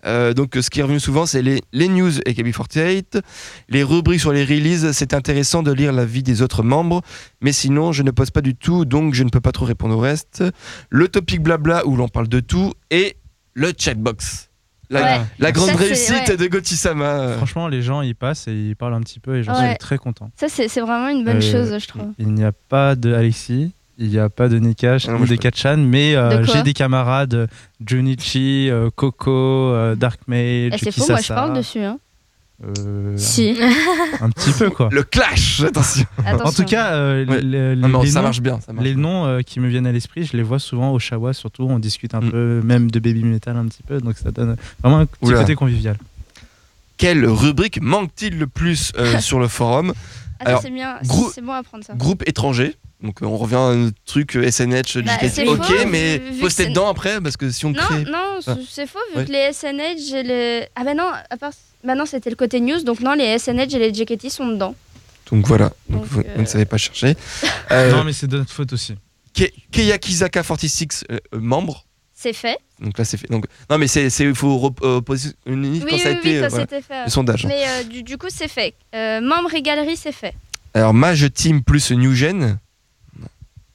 Euh, donc euh, ce qui est revenu souvent c'est les, les news AKB48, les rubriques sur les releases, c'est intéressant de lire la vie des autres membres, mais sinon je ne pose pas du tout, donc je ne peux pas trop répondre au reste, le topic blabla où l'on parle de tout, et le checkbox. La,
Ouais.
la grande
Ça, c'est-
réussite
ouais.
de Gauthier-sama.
Franchement, les gens ils passent et ils parlent un petit peu et j'en
Ouais.
suis très content.
Ça, c'est c'est vraiment une bonne
Euh,
chose, je trouve.
Il n'y a pas de Alexis, il n'y a pas de Nikash
non,
ni
moi,
de
je-
Kachan, mais euh,
De quoi
j'ai des camarades euh, Junichi, euh, Coco, euh, Dark Mage,
Eh, c'est faux,
Kisasa,
moi je parle dessus. Hein.
euh,
Si.
Un petit peu quoi.
Le clash, attention.
En
Attention.
tout cas, euh,
Ouais.
les,
Non, non,
les
ça
noms,
marche bien, ça marche
les noms euh, qui me viennent à l'esprit, je les vois souvent au Shawa, surtout. On discute
Mm.
un peu, même de baby metal un petit peu, donc ça donne vraiment un petit
Oula.
côté convivial.
Quelle rubrique manque-t-il le plus euh, sur le forum
Ah, ça,
Alors,
c'est bien,
grou-
c'est bon à prendre ça.
Groupe étranger. Donc euh, on revient à un truc euh, SNH, euh,
Bah,
JKT.
c'est
ok,
faux,
mais
vu- vu
postez
que c'est-
dedans après parce que si on
Non,
crée.
non,
Ah.
c'est- c'est faux vu
Ouais.
que les SNH et les. Ah bah non, à part. Bah non, c'était le côté news, donc non, les SNH et les JKT sont dedans.
Donc voilà, donc,
Donc,
vous,
euh,
vous ne savez pas chercher. Euh,
Non, mais c'est de notre faute aussi.
Ke- Keyakizaka 46, euh, euh, membre.
C'est fait.
Donc là c'est fait. Donc, non, mais c'est- c'est- il faut rep- euh, poser une unité
Oui,
quand
oui,
ça a
oui,
été
quand
euh, voilà,
c'était fait.
le sondage.
Mais euh, du, du coup, c'est fait. Euh, membre et galerie, c'est fait.
Alors, Mage Team plus New Gen,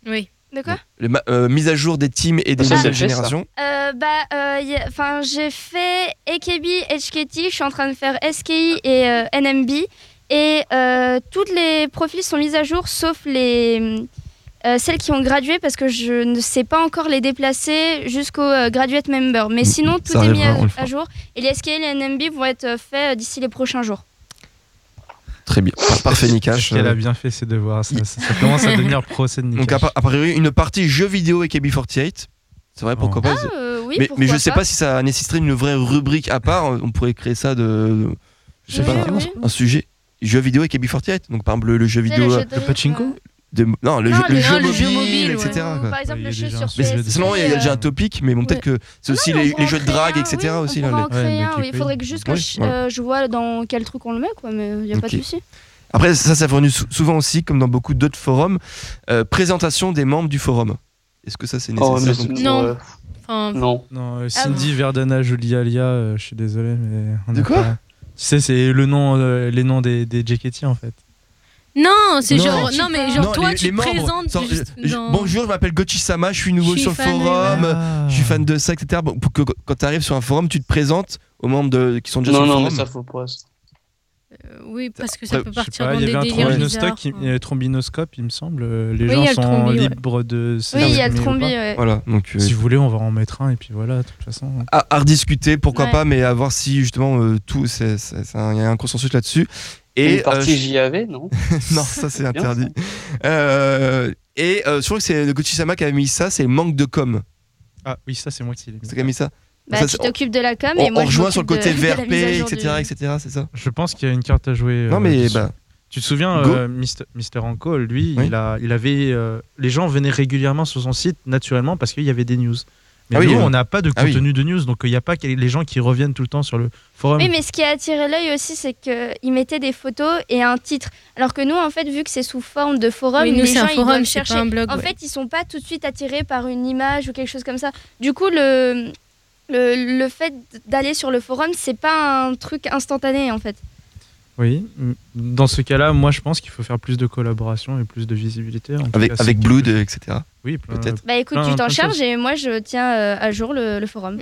Oui. De quoi
le ma- euh, mise à jour des teams et des
Ça,
nouvelles
c'est fait, ça.
générations.
Euh, bah, euh, y a- enfin, j'ai fait AKB, HKT, je suis en train de faire SKI et euh, NMB. Et euh, toutes les profils sont mis à jour, sauf les, euh, celles qui ont gradué, parce que je ne sais pas encore les déplacer jusqu'au euh, graduate member.
Mm,
Mais sinon, tout est mis
arrivera,
à,
on le fera.
à jour. Et les SKI et les NMB vont être euh, faits euh, d'ici les prochains jours.
Très bien.
Ah,
Par- Parfait, Nikash.
Elle
Euh,
a bien fait ses devoirs. Ça, ça- ça commence à devenir pro, c'est de Nikash.
Donc, a par- a priori, une partie jeux vidéo et KB48. C'est vrai, pourquoi pas
Ah, euh, oui,
mais,
pourquoi
mais je sais pas.
pas
si ça nécessiterait une vraie rubrique à part. euh, On pourrait créer ça de. de- je sais
Oui,
pas, un,
oui.
un sujet. Jeux vidéo et KB48. Donc, par exemple, le, le jeu
Tu sais,
vidéo.
le
euh,
jeu de Le rythme, pachinko ouais.
de- Non, le,
Non,
jeu, le
le-
jeu
non, le
mobile,
jeu mobile, ouais.
etc.
Ou
quoi.
par exemple, le jeu sur
Mais
PS,
Sinon, il y a
euh,
déjà un topic, mais bon, peut-être que c'est aussi les, les jeux de drague, etc. aussi.
On
là,
pourra en
les-
créer un, oui. Il faudrait que juste que
Ouais,
je,
voilà.
euh, je vois dans quel truc on le met, quoi. Mais il n'y a pas de
Ok.
souci.
Après, ça, ça revenu sou- souvent aussi, comme dans beaucoup d'autres forums, euh, présentation des membres du forum. Est-ce que ça, c'est
Oh,
nécessaire
mais
donc
c'est- Non. ouais.
Enfin,
Non.
Non, euh,
Ah
Cindy, Verdana, Julia, Alia, euh, je suis désolé, mais. on
De
a
quoi
pas- Tu sais, c'est le nom, euh, les noms des, des JKT en fait.
Non, c'est
Non.
genre. Non, mais genre,
Non,
toi,
les-
tu
les
te
membres.
présentes.
Sans- euh,
juste
je- je-
dans-
Bonjour, je m'appelle Gochi-sama, je suis nouveau
Je suis
sur le
fan de-
forum, Ah, je
Ah.
suis fan de ça, etc. Bon, pour que, quand tu arrives sur un forum, tu te présentes aux membres de- qui sont déjà
Non,
sur le
non,
forum.
mais ça, faut pas.
euh, oui, parce que ça
Après,
peut
je sais
partir
pas,
dans
il y
des
avait un
délires bizarres.
trombinoscope, qui- euh, trombinoscope, il me semble. Euh, Les
Oui, il y
gens
a le
sont
trombi, ouais.
libres de.
Oui, il y a
s'exprimer
le
ou
trombi,
pas.
ouais.
Voilà, donc, euh,
si vous voulez, on va en mettre un et puis voilà. De toute façon.
à, à rediscuter, pourquoi
Ouais.
pas, mais à voir si justement euh, tout, c'est- c'est- c'est un- il y a un consensus là-dessus.
Et
Et
une partie
euh,
JAV, non
non, ça c'est
Bien,
interdit. Euh, et euh, je crois que c'est le Gucci-sama qui a mis ça, c'est manque de com.
Ah oui, ça c'est moi qui l'ai mis.
C'est qui a mis ça.
Bah,
Ça,
tu
c'est-
t'occupes de la com
on-
et moi
on
je
rejoint sur le
m'occupe
côté
de- de la
VRP,
mise à jour
etc.,
du-
etc. C'est ça.
Je pense qu'il y a une carte à jouer. euh,
Non, mais,
dessus.
bah,
Tu te souviens,
go.
euh, Mister, Mister Anko, lui, il, a, il avait. euh, les gens venaient régulièrement sur son site naturellement parce qu'il y avait des news. Mais
Ah oui,
nous,
euh,
on n'a pas de
ah oui.
contenu de news, donc euh, il n'y a pas que- les gens qui reviennent tout le temps sur le forum.
Oui, mais ce qui a attiré l'œil aussi, c'est qu'ils mettaient des photos et un titre. Alors que nous, en fait, vu que c'est sous forme de forum,
Oui, nous,
les
c'est
gens
un
ils
forum,
doivent
c'est pas
chercher.
un blog,
en
ouais.
fait, ils sont pas tout de suite attirés par une image ou quelque chose comme ça. Du coup, le le, le fait d'aller sur le forum, c'est pas un truc instantané, en fait.
Oui. m- Dans ce cas-là, moi, je pense qu'il faut faire plus de collaboration et plus de visibilité. en tout
Avec,
cas, c'est
avec
quelque
Blood,
chose-
euh, etc.
Oui,
peut-être.
Bah écoute,
Plein-
tu
plein
t'en
de
charges
choses.
et moi, je tiens euh, à jour le, le forum.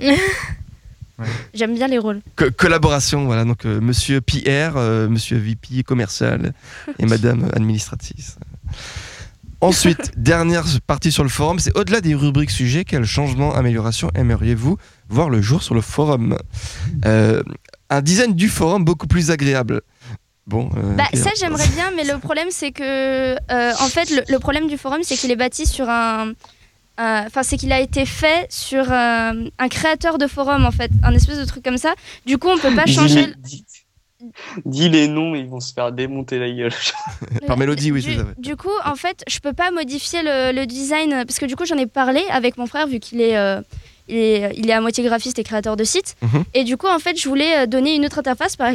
J'aime bien les rôles.
Co- collaboration, voilà. Donc, euh, monsieur Pierre, euh, monsieur VP commercial et madame administratrice. Ensuite, dernière partie sur le forum, c'est au-delà des rubriques sujets, quel changement, amélioration aimeriez-vous voir le jour sur le forum Euh, Un design du forum beaucoup plus agréable. Bon. euh,
Bah,
Pierre.
ça j'aimerais bien, mais le problème c'est que, euh, en fait, le, le problème du forum c'est qu'il est bâti sur un, euh, enfin c'est qu'il a été fait sur euh, un créateur de forum en fait, un espèce de truc comme ça. Du coup, on peut pas
Dis-
changer. le-
dis- Dis les noms, ils vont se faire démonter la gueule.
Par Mélodie, oui,
Du, du coup, en fait, je peux pas modifier le, le design euh, parce que du coup, j'en ai parlé avec mon frère vu qu'il est, euh, il est, il est à moitié graphiste et créateur de site.
Mhm.
Et du coup, en fait, je voulais euh, donner une autre interface. Par,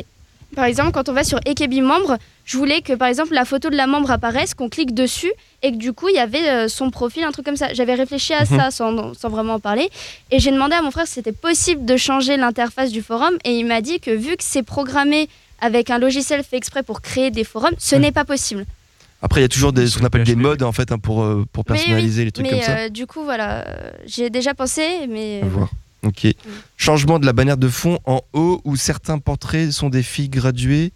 par exemple, quand on va sur Ekebi membre, je voulais que par exemple la photo de la membre apparaisse, qu'on clique dessus et que du coup, il y avait euh, son profil, un truc comme ça. J'avais réfléchi à
Mhm.
ça sans, sans vraiment en parler. Et j'ai demandé à mon frère si c'était possible de changer l'interface du forum. Et il m'a dit que vu que c'est programmé avec un logiciel fait exprès pour créer des forums, ce n'est pas possible.
Après, il y a toujours des, ce qu'on appelle des modes en fait hein, pour, euh, pour
Mais oui,
personnaliser les trucs
mais,
comme ça.
euh, du coup, voilà, euh, j'ai déjà pensé, mais. euh,
À voir. Ok. Changement de la bannière de fond en haut où certains portraits sont des filles graduées.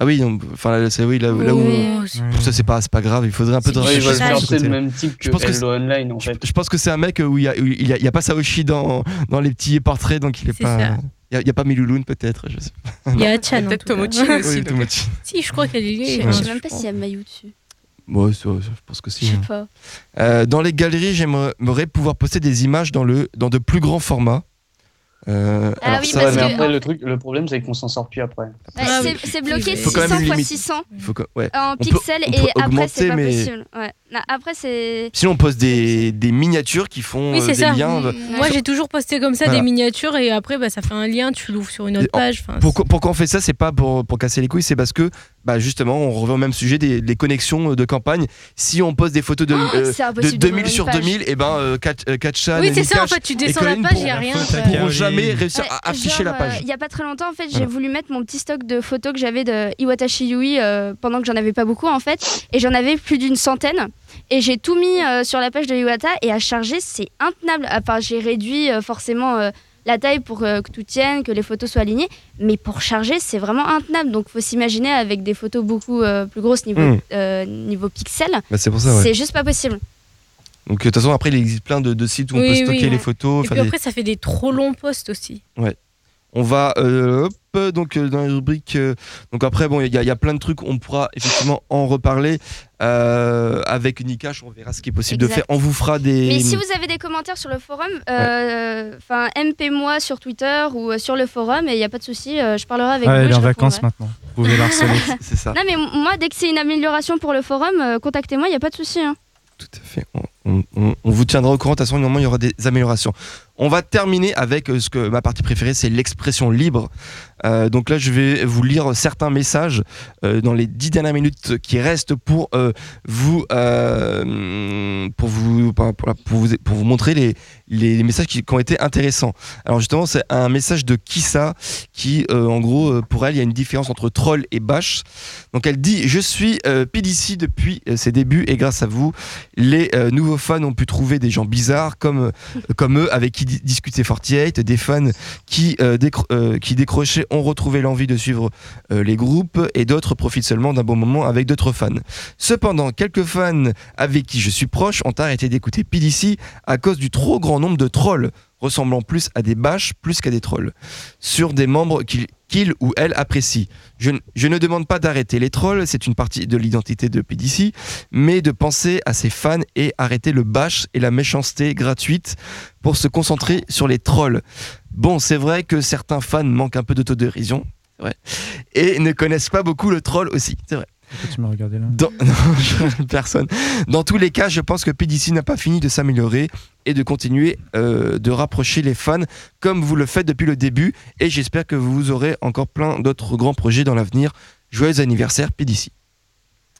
Ah oui, on- enfin là, c'est oui là, Ah, là où
Oui.
euh,
ça c'est pas c'est pas grave. Il faudrait un peu de
Ouais, ils veulent
réflexion
faire
sur ce
c'est le
côté-là.
même type que
Je pense que
Hello Online en fait.
Je pense que c'est un mec où il y a, où il y a, il y a pas Saoshi dans dans les petits portraits donc il est
C'est
pas.
ça.
Il y a- il y a, pas Milouloun peut-être. Je sais pas.
Il y a
Non.
Hachan. en
Peut-être
tout cas.
Tomochi aussi,
Oui, Tomochi.
Si, hein, je crois qu'elle est liée.
Je sais même
pas s'il y a Mayu dessus.
Ouais, ça, ça, je pense que si. hein.
pas.
Euh, dans les galeries, j'aimerais j'aimerais pouvoir poster des images dans le dans de plus grands formats. Euh,
Ah oui,
ça,
parce
mais
que-
après,
Après, le, truc, le problème, c'est qu'on s'en sort plus après.
Ouais, c'est- c'est bloqué
Faut quand même
600
une
fois
limite.
600
Il faut que- ouais.
euh, en
On peut-
pixels
on peut
et après,
augmenter,
c'est pas
mais-
possible. Ouais. Non, après, c'est.
Sinon, on pose des, des miniatures qui font
Oui,
euh,
c'est
des
ça.
liens.
Mm, Moi, j'ai toujours posté comme ça
Voilà.
des miniatures et après, bah, ça fait un lien, tu l'ouvres sur une autre
En-
page. Enfin,
Pourquoi, pourquoi on fait ça C'est pas pour, pour casser les couilles, c'est parce que bah justement, on revient au même sujet des, des connexions euh, de campagne. Si on pose des photos de,
Ah,
Oh, c'est
euh, de
impossible de
2000
voir une
sur
page.
2000, et ben euh, Kat- euh, Katchan
Oui,
et
c'est ça,
Nikash
en fait, tu
et
descends la
Colin
page,
pourront-
y a rien, quoi.
Pourront jamais réussir à
Ouais,
afficher
genre,
la
euh,
page.
Il y a pas très longtemps, en fait, j'ai
Voilà.
voulu mettre mon petit stock de photos que j'avais de Iwatashi Yui euh, pendant que j'en avais pas beaucoup, en fait, et j'en avais plus d'une centaine. Et j'ai tout mis euh, sur la page de Iwata et à charger, c'est intenable. Enfin, j'ai réduit euh, forcément euh, la taille pour euh, que tout tienne, que les photos soient alignées, mais pour charger, c'est vraiment intenable. Donc, faut s'imaginer avec des photos beaucoup euh, plus grosses niveau
Mm.
euh, niveau pixel.
Bah, c'est pour ça, ouais.
C'est juste pas possible.
Donc de toute façon, après, il existe plein de, de sites où on
Oui,
peut
oui,
stocker les
ouais.
photos.
Et
faire
puis
des-
après, ça fait des trop longs posts aussi.
Ouais. On va euh, hop, donc euh, dans les rubriques. euh, donc après, bon, il y, a- il y a plein de trucs. On pourra effectivement en reparler euh, avec Nikash. On verra ce qui est possible de
Exact.
faire. On vous fera des.
Mais si vous avez des commentaires sur le forum, euh, enfin MP-moi sur Twitter ou euh, sur le forum et il n'y a pas de souci, euh, je parlerai avec
Ah,
vous.
elle
et
est
je
en vacances
répondrai.
maintenant. Vous pouvez la harceler.
c'est ça.
Non mais m- moi dès que c'est une amélioration pour le forum, euh, contactez-moi, il n'y a pas de souci. hein.
on, on- on vous tiendra au courant. De toute façon, normalement, il y aura des améliorations. On va terminer avec euh, ce que ma partie préférée, c'est l'expression libre. Euh, donc là, je vais vous lire certains messages euh, dans les dix dernières minutes qui restent pour euh, vous, euh, pour vous, pour, pour- pour vous, pour vous montrer les, les, les messages qui, qui ont été intéressants. Alors justement, c'est un message de Kissa qui, euh, en gros, euh, pour elle, il y a une différence entre troll et bâche. Donc elle dit Je suis euh, PDC depuis euh, ses débuts et grâce à vous, les euh, nouveaux fans ont pu trouver des gens bizarres comme, euh, comme eux avec qui qui di- discutaient 48, des fans qui, euh, décro- euh, qui décrochaient ont retrouvé l'envie de suivre euh, les groupes et d'autres profitent seulement d'un bon moment avec d'autres fans. Cependant, quelques fans avec qui je suis proche ont arrêté d'écouter PDC à cause du trop grand nombre de trolls ressemblant plus à des bâches plus qu'à des trolls, sur des membres qu'il qu'il ou elle apprécie. Je, n- je ne demande pas d'arrêter les trolls, c'est une partie de l'identité de PDC, mais de penser à ses fans et arrêter le bash et la méchanceté gratuite pour se concentrer sur les trolls. Bon, c'est vrai que certains fans manquent un peu d'autodérision, c'est vrai, et ne connaissent pas beaucoup le troll aussi, c'est vrai.
Tu m'as regardé là.
Dans... non, je- personne. Dans tous les cas, je pense que PDC n'a pas fini de s'améliorer et de continuer euh, de rapprocher les fans comme vous le faites depuis le début. Et j'espère que vous aurez encore plein d'autres grands projets dans l'avenir. Joyeux anniversaire, PDC.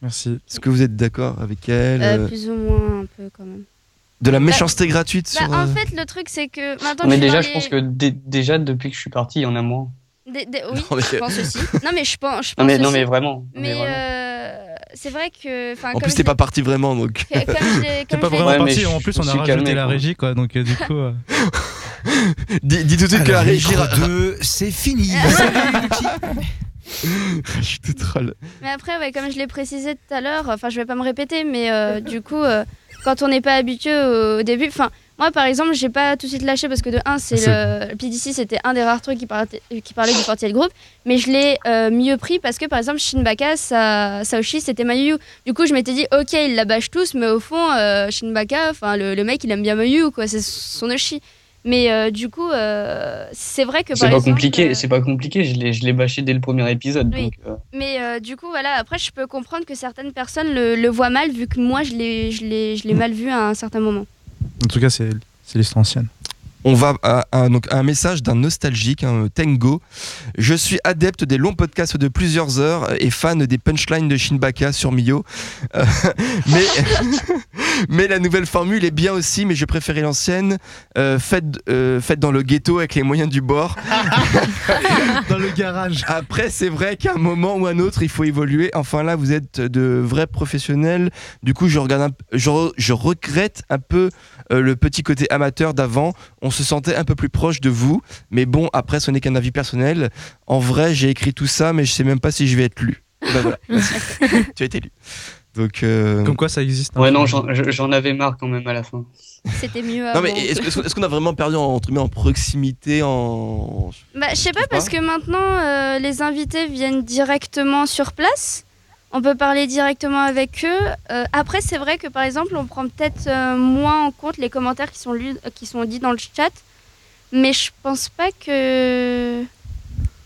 Merci.
Est-ce que vous êtes d'accord avec elle
Euh,
euh,
plus ou moins, un peu quand même.
De la
Bah-
méchanceté gratuite
Bah,
sur,
En
euh,
fait, le truc, c'est que maintenant
Mais
que
déjà,
suis
je
dans
pense que
les-
dé- déjà depuis que je suis parti, il y en a moins.
Des- des- oui,
Non, mais-
je pense aussi. Non, mais je pense. je
Non, mais-
pense
non, mais
aussi.
vraiment,
Mais,
non, mais vraiment.
euh, c'est vrai que. enfin,
En
comme
plus,
je
t'es pas parti vraiment, donc.
Que- comme je l'ai-
C'est
comme
pas
je l'ai
vraiment
dit-
parti. En plus, on a rajouté la
quoi.
régie, quoi. Donc, euh, du coup. euh,
Dis, dis tout de suite que la
Alors,
régie.
micro Bah, deux, c'est fini.
Je suis tout troll.
Mais après, ouais, comme je l'ai précisé tout à l'heure, enfin, je vais pas me répéter, mais euh, du coup, euh, quand on n'est pas habitué au, au début, enfin, moi, par exemple, j'ai pas tout de suite lâché parce que de 1, c'est
C'est-
le, le PDC, c'était un des rares trucs qui parlait, qui parlait du quartier de groupe, mais je l'ai euh, mieux pris parce que, par exemple, Shinbaka, sa, Saoshi, c'était Mayu. Du coup, je m'étais dit, ok, ils la bâchent tous, mais au fond, euh, Shinbaka, enfin, le, le mec, il aime bien Mayu, quoi, c'est son Oshi. Mais euh, du coup, euh, c'est vrai que
C'est
par
pas
exemple, euh,
compliqué, c'est pas compliqué, je l'ai, je l'ai bâché dès le premier épisode.
Oui.
Donc, euh,
Mais euh, du coup, voilà, après, je peux comprendre que certaines personnes le, le voient mal, vu que moi, je l'ai, je, l'ai, je l'ai mal vu à un certain moment.
En tout cas, c'est c'est l'histoire ancienne.
On va à, à- donc à un message d'un nostalgique, un Tengo. Je suis adepte des longs podcasts de plusieurs heures et fan des punchlines de Shinbaka sur Mio. Euh, mais, mais la nouvelle formule est bien aussi, mais je préférais l'ancienne, euh, faite euh, faite dans le ghetto avec les moyens du bord.
dans le garage.
Après, c'est vrai qu'à un moment ou un autre, il faut évoluer. Enfin, là, vous êtes de vrais professionnels. Du coup, je, regarde un p- je, re- je regrette un peu euh, le petit côté amateur d'avant. On se sentait un peu plus proche de vous. Mais bon, après, ce n'est qu'un avis personnel. En vrai, j'ai écrit tout ça, mais je sais même pas si je vais être lu. Bah voilà, merci. tu as été lu. Donc, euh,
Comme quoi, ça existe. hein.
ouais, non, j'en, je- j'en avais marre quand même à la fin.
C'était mieux
Non
avant.
mais est-ce que- est-ce qu'on- est-ce qu'on a vraiment perdu en, entre guillemets, en proximité en
Bah, je sais pas,
Trouve
parce
pas
que maintenant, euh, les invités viennent directement sur place. On peut parler directement avec eux. Euh, après, c'est vrai que, par exemple, on prend peut-être euh, moins en compte les commentaires qui sont, lus- euh, qui sont dits dans le chat. Mais je pense pas que...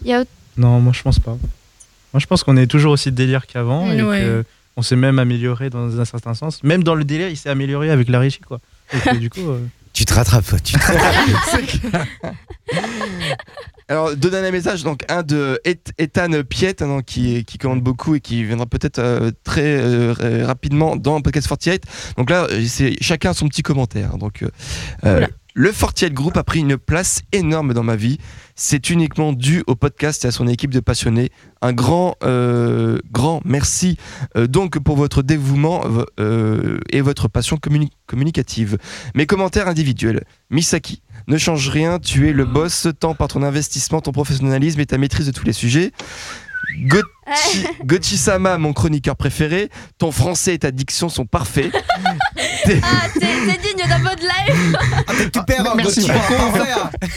Il y a...
Non, moi je pense pas. Moi je pense qu'on est toujours aussi délire qu'avant et
Ouais.
que on s'est même amélioré dans un certain sens. Même dans le délire, il s'est amélioré avec la régie quoi. Donc, euh, du coup, euh,
Tu te rattrapes, tu te
Alors, donne un message, donc un de Et- Ethan Piet, hein, donc, qui, qui commande beaucoup et qui viendra peut-être euh, très euh, r- rapidement dans Podcast 48. Donc là, euh, c'est chacun son petit commentaire. hein, donc, euh, euh, le 48 Group a pris une place énorme dans ma vie. C'est uniquement dû au podcast et à son équipe de passionnés. Un grand, euh, grand merci euh, donc pour votre dévouement v- euh, et votre passion communi- communicative. Mes commentaires individuels. Misaki, ne change rien, tu es le boss tant par ton investissement, ton professionnalisme et ta maîtrise de tous les sujets. Gotti- Gotti-sama, mon chroniqueur préféré, ton français et ta diction sont parfaits.
Ah, t'es, t'es digne d'un mode live
Tu perds,
Merci
Gauthier.
beaucoup.
Parfait.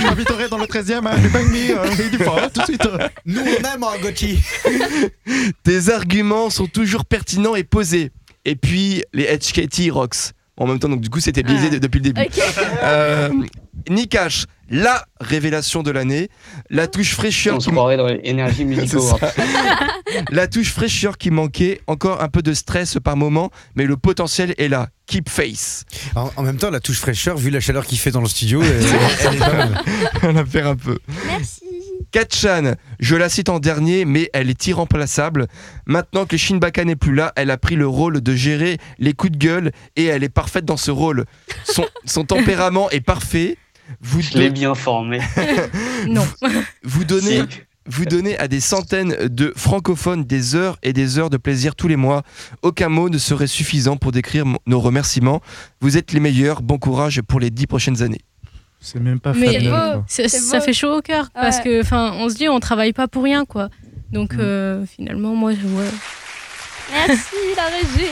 je l'inviterai dans le 13e à Bangmi euh, du fort hein, tout de suite.
Nous, on aime, hein, Gauthier.
Tes arguments sont toujours pertinents et posés. Et puis les HKT rocks. En même temps, donc du coup, c'était biaisé de- depuis le début.
Ok.
Euh, Nikash, la révélation de l'année, la touche fraîcheur.
On se
qui-
croirait dans l'énergie musicale.
C'est ça. la touche fraîcheur qui manquait, encore un peu de stress par moment, mais le potentiel est là. Keep face.
En, en même temps, la touche fraîcheur, vu la chaleur qu'il fait dans le studio, euh, elle est pas mal.
On la perd un peu. Katchan, je la cite en dernier, mais elle est irremplaçable. Maintenant que Shinbaka n'est plus là, elle a pris le rôle de gérer les coups de gueule et elle est parfaite dans ce rôle. Son, son tempérament est parfait. Vous
Je l'ai bien formé.
Non.
vous donnez,
Si.
vous donnez à des centaines de francophones des heures et des heures de plaisir tous les mois. Aucun mot ne serait suffisant pour décrire mon- nos remerciements. Vous êtes les meilleurs. Bon courage pour les dix prochaines années.
C'est même pas
Mais
fabuleux.
euh,
quoi.
C'est
ça, ça
beau.
fait chaud au cœur parce
Ouais.
que, enfin, on se dit, on travaille pas pour rien, quoi. Donc
Mm.
euh, finalement, moi, je vois.
Merci la régie.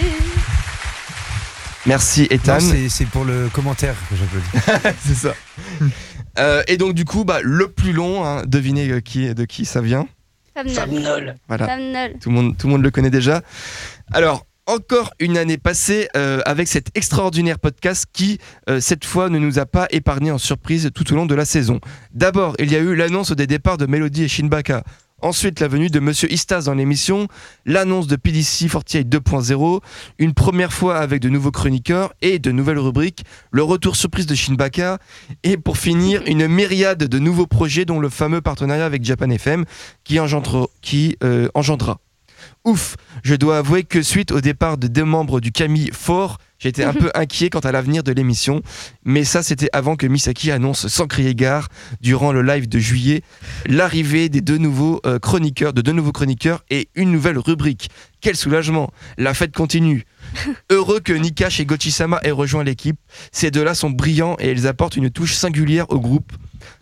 Merci Ethan.
Non, c'est- C'est pour le commentaire que j'applaudis.
c'est ça. Euh, et donc du coup, bah, le plus long, hein, devinez euh, qui, de qui ça vient.
Famnol.
Voilà.
Famnol.
Tout le monde, tout le monde le connaît déjà. Alors, encore une année passée euh, avec cet extraordinaire podcast qui, euh, cette fois, ne nous a pas épargné en surprise tout au long de la saison. D'abord, il y a eu l'annonce des départs de Melody et Shinbaka. Ensuite, la venue de Monsieur Istas dans l'émission, l'annonce de PDC 48 2.0, une première fois avec de nouveaux chroniqueurs et de nouvelles rubriques, le retour surprise de Shinbaka, et pour finir, une myriade de nouveaux projets, dont le fameux partenariat avec Japan FM qui, engendre- qui euh, engendra. Ouf, je dois avouer que suite au départ de deux membres du Camille Fort, j'étais un peu inquiet quant à l'avenir de l'émission. Mais ça, c'était avant que Misaki annonce sans crier gare, durant le live de juillet, l'arrivée des deux nouveaux euh, chroniqueurs, de deux nouveaux chroniqueurs et une nouvelle rubrique. Quel soulagement La fête continue. Heureux que Nikash et Gochisama aient rejoint l'équipe. Ces deux-là sont brillants et ils apportent une touche singulière au groupe.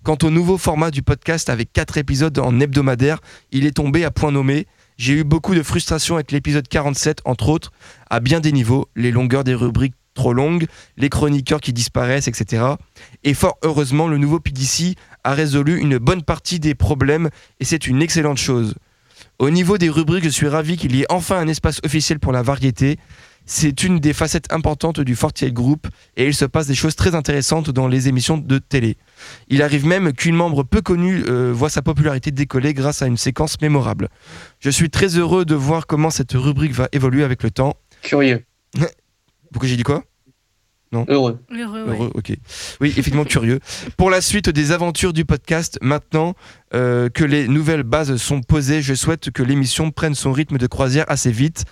Quant au nouveau format du podcast avec quatre épisodes en hebdomadaire, il est tombé à point nommé. J'ai eu beaucoup de frustration avec l'épisode 47, entre autres, à bien des niveaux, les longueurs des rubriques trop longues, les chroniqueurs qui disparaissent, etc. Et fort heureusement, le nouveau PDC a résolu une bonne partie des problèmes et c'est une excellente chose. Au niveau des rubriques, je suis ravi qu'il y ait enfin un espace officiel pour la variété. C'est une des facettes importantes du Fortier Group et il se passe des choses très intéressantes dans les émissions de télé. Il arrive même qu'une membre peu connue euh, voit sa popularité décoller grâce à une séquence mémorable. Je suis très heureux de voir comment cette rubrique va évoluer avec le temps.
Curieux.
Pourquoi j'ai dit quoi Non
Heureux.
Heureux,
Heureux, ok. Oui, effectivement curieux. Pour la suite des aventures du podcast, maintenant euh, que les nouvelles bases sont posées, je souhaite que l'émission prenne son rythme de croisière assez vite,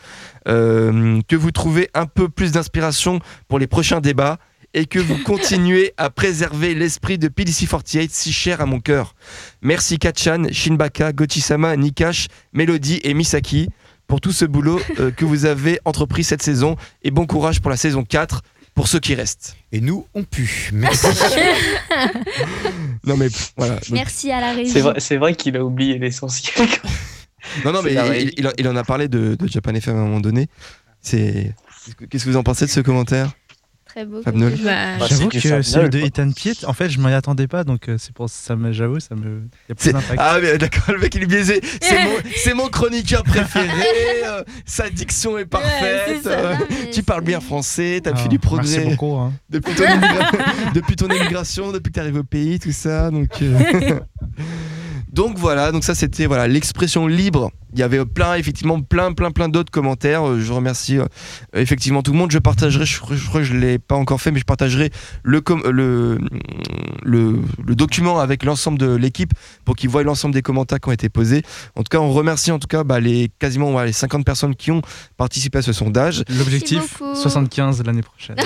euh, que vous trouvez un peu plus d'inspiration pour les prochains débats et que vous continuez à préserver l'esprit de PDC48 si cher à mon cœur. Merci Kachan, Shinbaka, Gochisama, Nikash, Melody et Misaki pour tout ce boulot euh, que vous avez entrepris cette saison et bon courage pour la saison 4 pour ceux qui restent.
Et nous, on pue. Merci.
non mais pff, voilà. Donc-
Merci à la régie.
C'est vrai, c'est vrai qu'il a oublié l'essentiel.
Non, non, mais
C'est pareil.
il, il- il en a parlé de, de Japan FM à un moment donné. C'est. Qu'est-ce que vous en pensez de ce commentaire
Très beau.
Fabnol
Bah,
Bah,
J'avoue que celui de Ethan Piet, en fait, je m'y attendais pas, donc euh, c'est pour ça, me- j'avoue, ça me. Il y a plus
C'est-
d'impact.
Ah, mais d'accord, le mec il est biaisé. C'est mon, c'est mon chroniqueur préféré. euh, sa diction est
Ouais,
parfaite.
c'est ça,
euh,
non,
tu parles bien français, t'as
Ah,
fait du progrès.
merci beaucoup, hein.
depuis, ton émigra- depuis ton émigration, depuis que t'es arrivé au pays, tout ça. Donc, euh, donc voilà, donc ça c'était voilà l'expression libre. Il y avait plein, effectivement, plein, plein, plein d'autres commentaires. Euh, Je remercie euh, effectivement tout le monde. Je partagerai, je, crois- je crois que je l'ai pas encore fait, mais je partagerai le, com- euh, le, le, le document avec l'ensemble de l'équipe pour qu'ils voient l'ensemble des commentaires qui ont été posés. En tout cas, on remercie en tout cas bah, les quasiment ouais, les 50 personnes qui ont participé à ce sondage.
L'objectif, 75 l'année prochaine.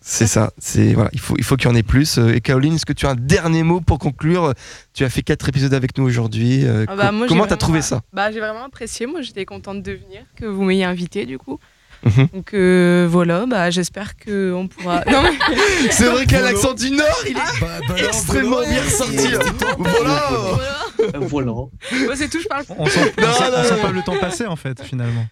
C'est ça, c'est voilà, il faut il faut qu'il y en ait plus. Euh, Et Caroline, est-ce que tu as un dernier mot pour conclure Tu as fait quatre épisodes avec nous aujourd'hui. Euh,
Ah bah,
co-
moi, j'ai
comment t'as
vraiment-
trouvé ça
Bah, j'ai vraiment apprécié. Moi, j'étais contente de venir, que vous m'ayez invité, du coup.
Mhm.
Donc euh, voilà, bah, j'espère que on pourra. Non, mais-
C'est vrai qu'il a l'accent du Nord, il est
Ah.
Bah, extrêmement bien hein. ressorti. Voilà.
Voilà.
Moi, oh, c'est tout, je parle.
On sent, on
Non,
sent-
non,
on sent
non.
pas le temps passer, en fait, finalement.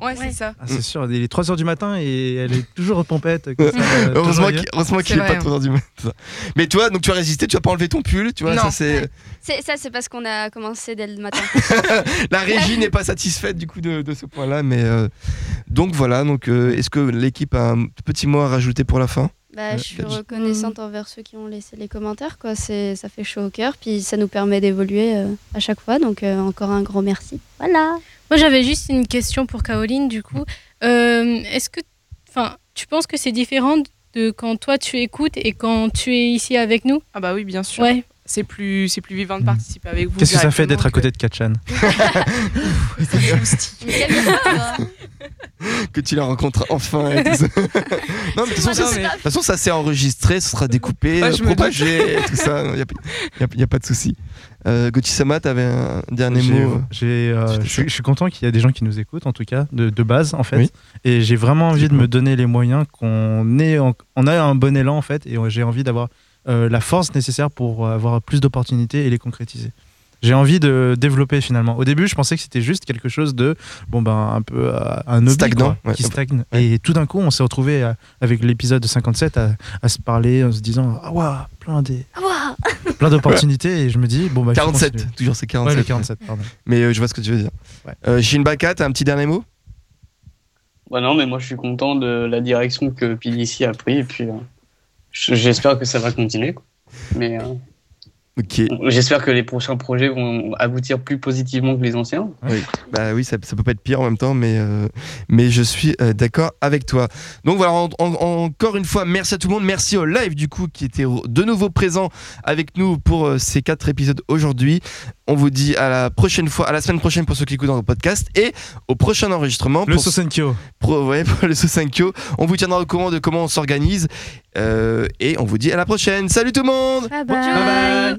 Ouais, c'est ça.
Ah, c'est sûr, il est 3h du matin et elle est toujours aux pompettes. comme ça, euh, toujours
Heureusement
ailleurs.
qu'il heureusement qu'il est pas
hein.
trop du matin. Mais toi, donc tu as résisté, tu as pas enlevé ton pull, tu vois,
Non.
ça c'est
C'est- ça, c'est parce qu'on a commencé dès le matin.
la régie n'est pas satisfaite du coup de, de ce point-là mais euh, donc voilà, donc euh, est-ce que l'équipe a un petit mot à rajouter pour la fin
Bah,
Euh,
je suis
Kadji
reconnaissante envers ceux qui ont laissé les commentaires. Quoi. C'est, ça fait chaud au cœur, puis ça nous permet d'évoluer euh, à chaque fois. Donc, euh, encore un grand merci. Voilà.
Moi, j'avais juste une question pour Caroline, du coup. Euh, Est-ce que, enfin, tu penses que c'est différent de quand toi tu écoutes et quand tu es ici avec nous
Ah bah oui, bien sûr.
Ouais.
C'est plus, c'est plus
Mm.
vivant de participer avec vous.
Qu'est-ce que ça fait d'être à côté de Kachan
que tu la rencontres enfin et tout ça. Non, mais de toute façon,
Non,
ça,
mais-
c'est- de toute façon, ça s'est enregistré, ce sera découpé,
Ouais,
euh,
je me doute.
propagé, et tout ça. Il n'y a, pas- y a- y a pas de souci. Euh, Gauthier-sama, t'avais un dernier
J'ai-
mot
j'ai, euh, je suis- je suis content qu'il y a des gens qui nous écoutent, en tout cas, de, de base, en fait.
Oui.
Et j'ai vraiment envie de me donner les moyens qu'on ait. en- on a un bon élan, en fait, et j'ai envie d'avoir euh, la force nécessaire pour avoir plus d'opportunités et les concrétiser. J'ai envie de développer finalement. Au début, je pensais que c'était juste quelque chose de bon ben un peu euh, un hobby
Stagnant,
quoi,
ouais.
qui stagne. Et tout d'un coup, on s'est retrouvé à- avec l'épisode 57 à, à se parler en se disant ah ouah, plein des plein d'opportunités et je me dis bon bah je
47,
continue.
toujours c'est
Ouais,
47.
le 47 pardon.
Mais euh, je vois ce que tu veux dire. Euh, Shin Baka, t'as un petit dernier mot
Bah non, mais moi je suis content de la direction que PDC a pris et puis euh, j- j'espère que ça va continuer. quoi. Mais euh, j'espère que les prochains projets vont aboutir plus positivement que les anciens.
Oui. Bah oui, ça, ça peut pas être pire en même temps, mais, euh, mais je suis euh, d'accord avec toi. Donc voilà, en- en- encore une fois, merci à tout le monde, merci au live du coup qui était au- de nouveau présent avec nous pour euh, ces quatre épisodes aujourd'hui. On vous dit à la prochaine fois, à la semaine prochaine pour ceux qui écoutent dans le podcast et au prochain enregistrement.
Le
pour-
Sosenkyo.
Pro, ouais, pour le Sosenkyo. On vous tiendra au courant de comment on s'organise euh, et on vous dit à la prochaine. Salut tout le monde
bye. bye, bye.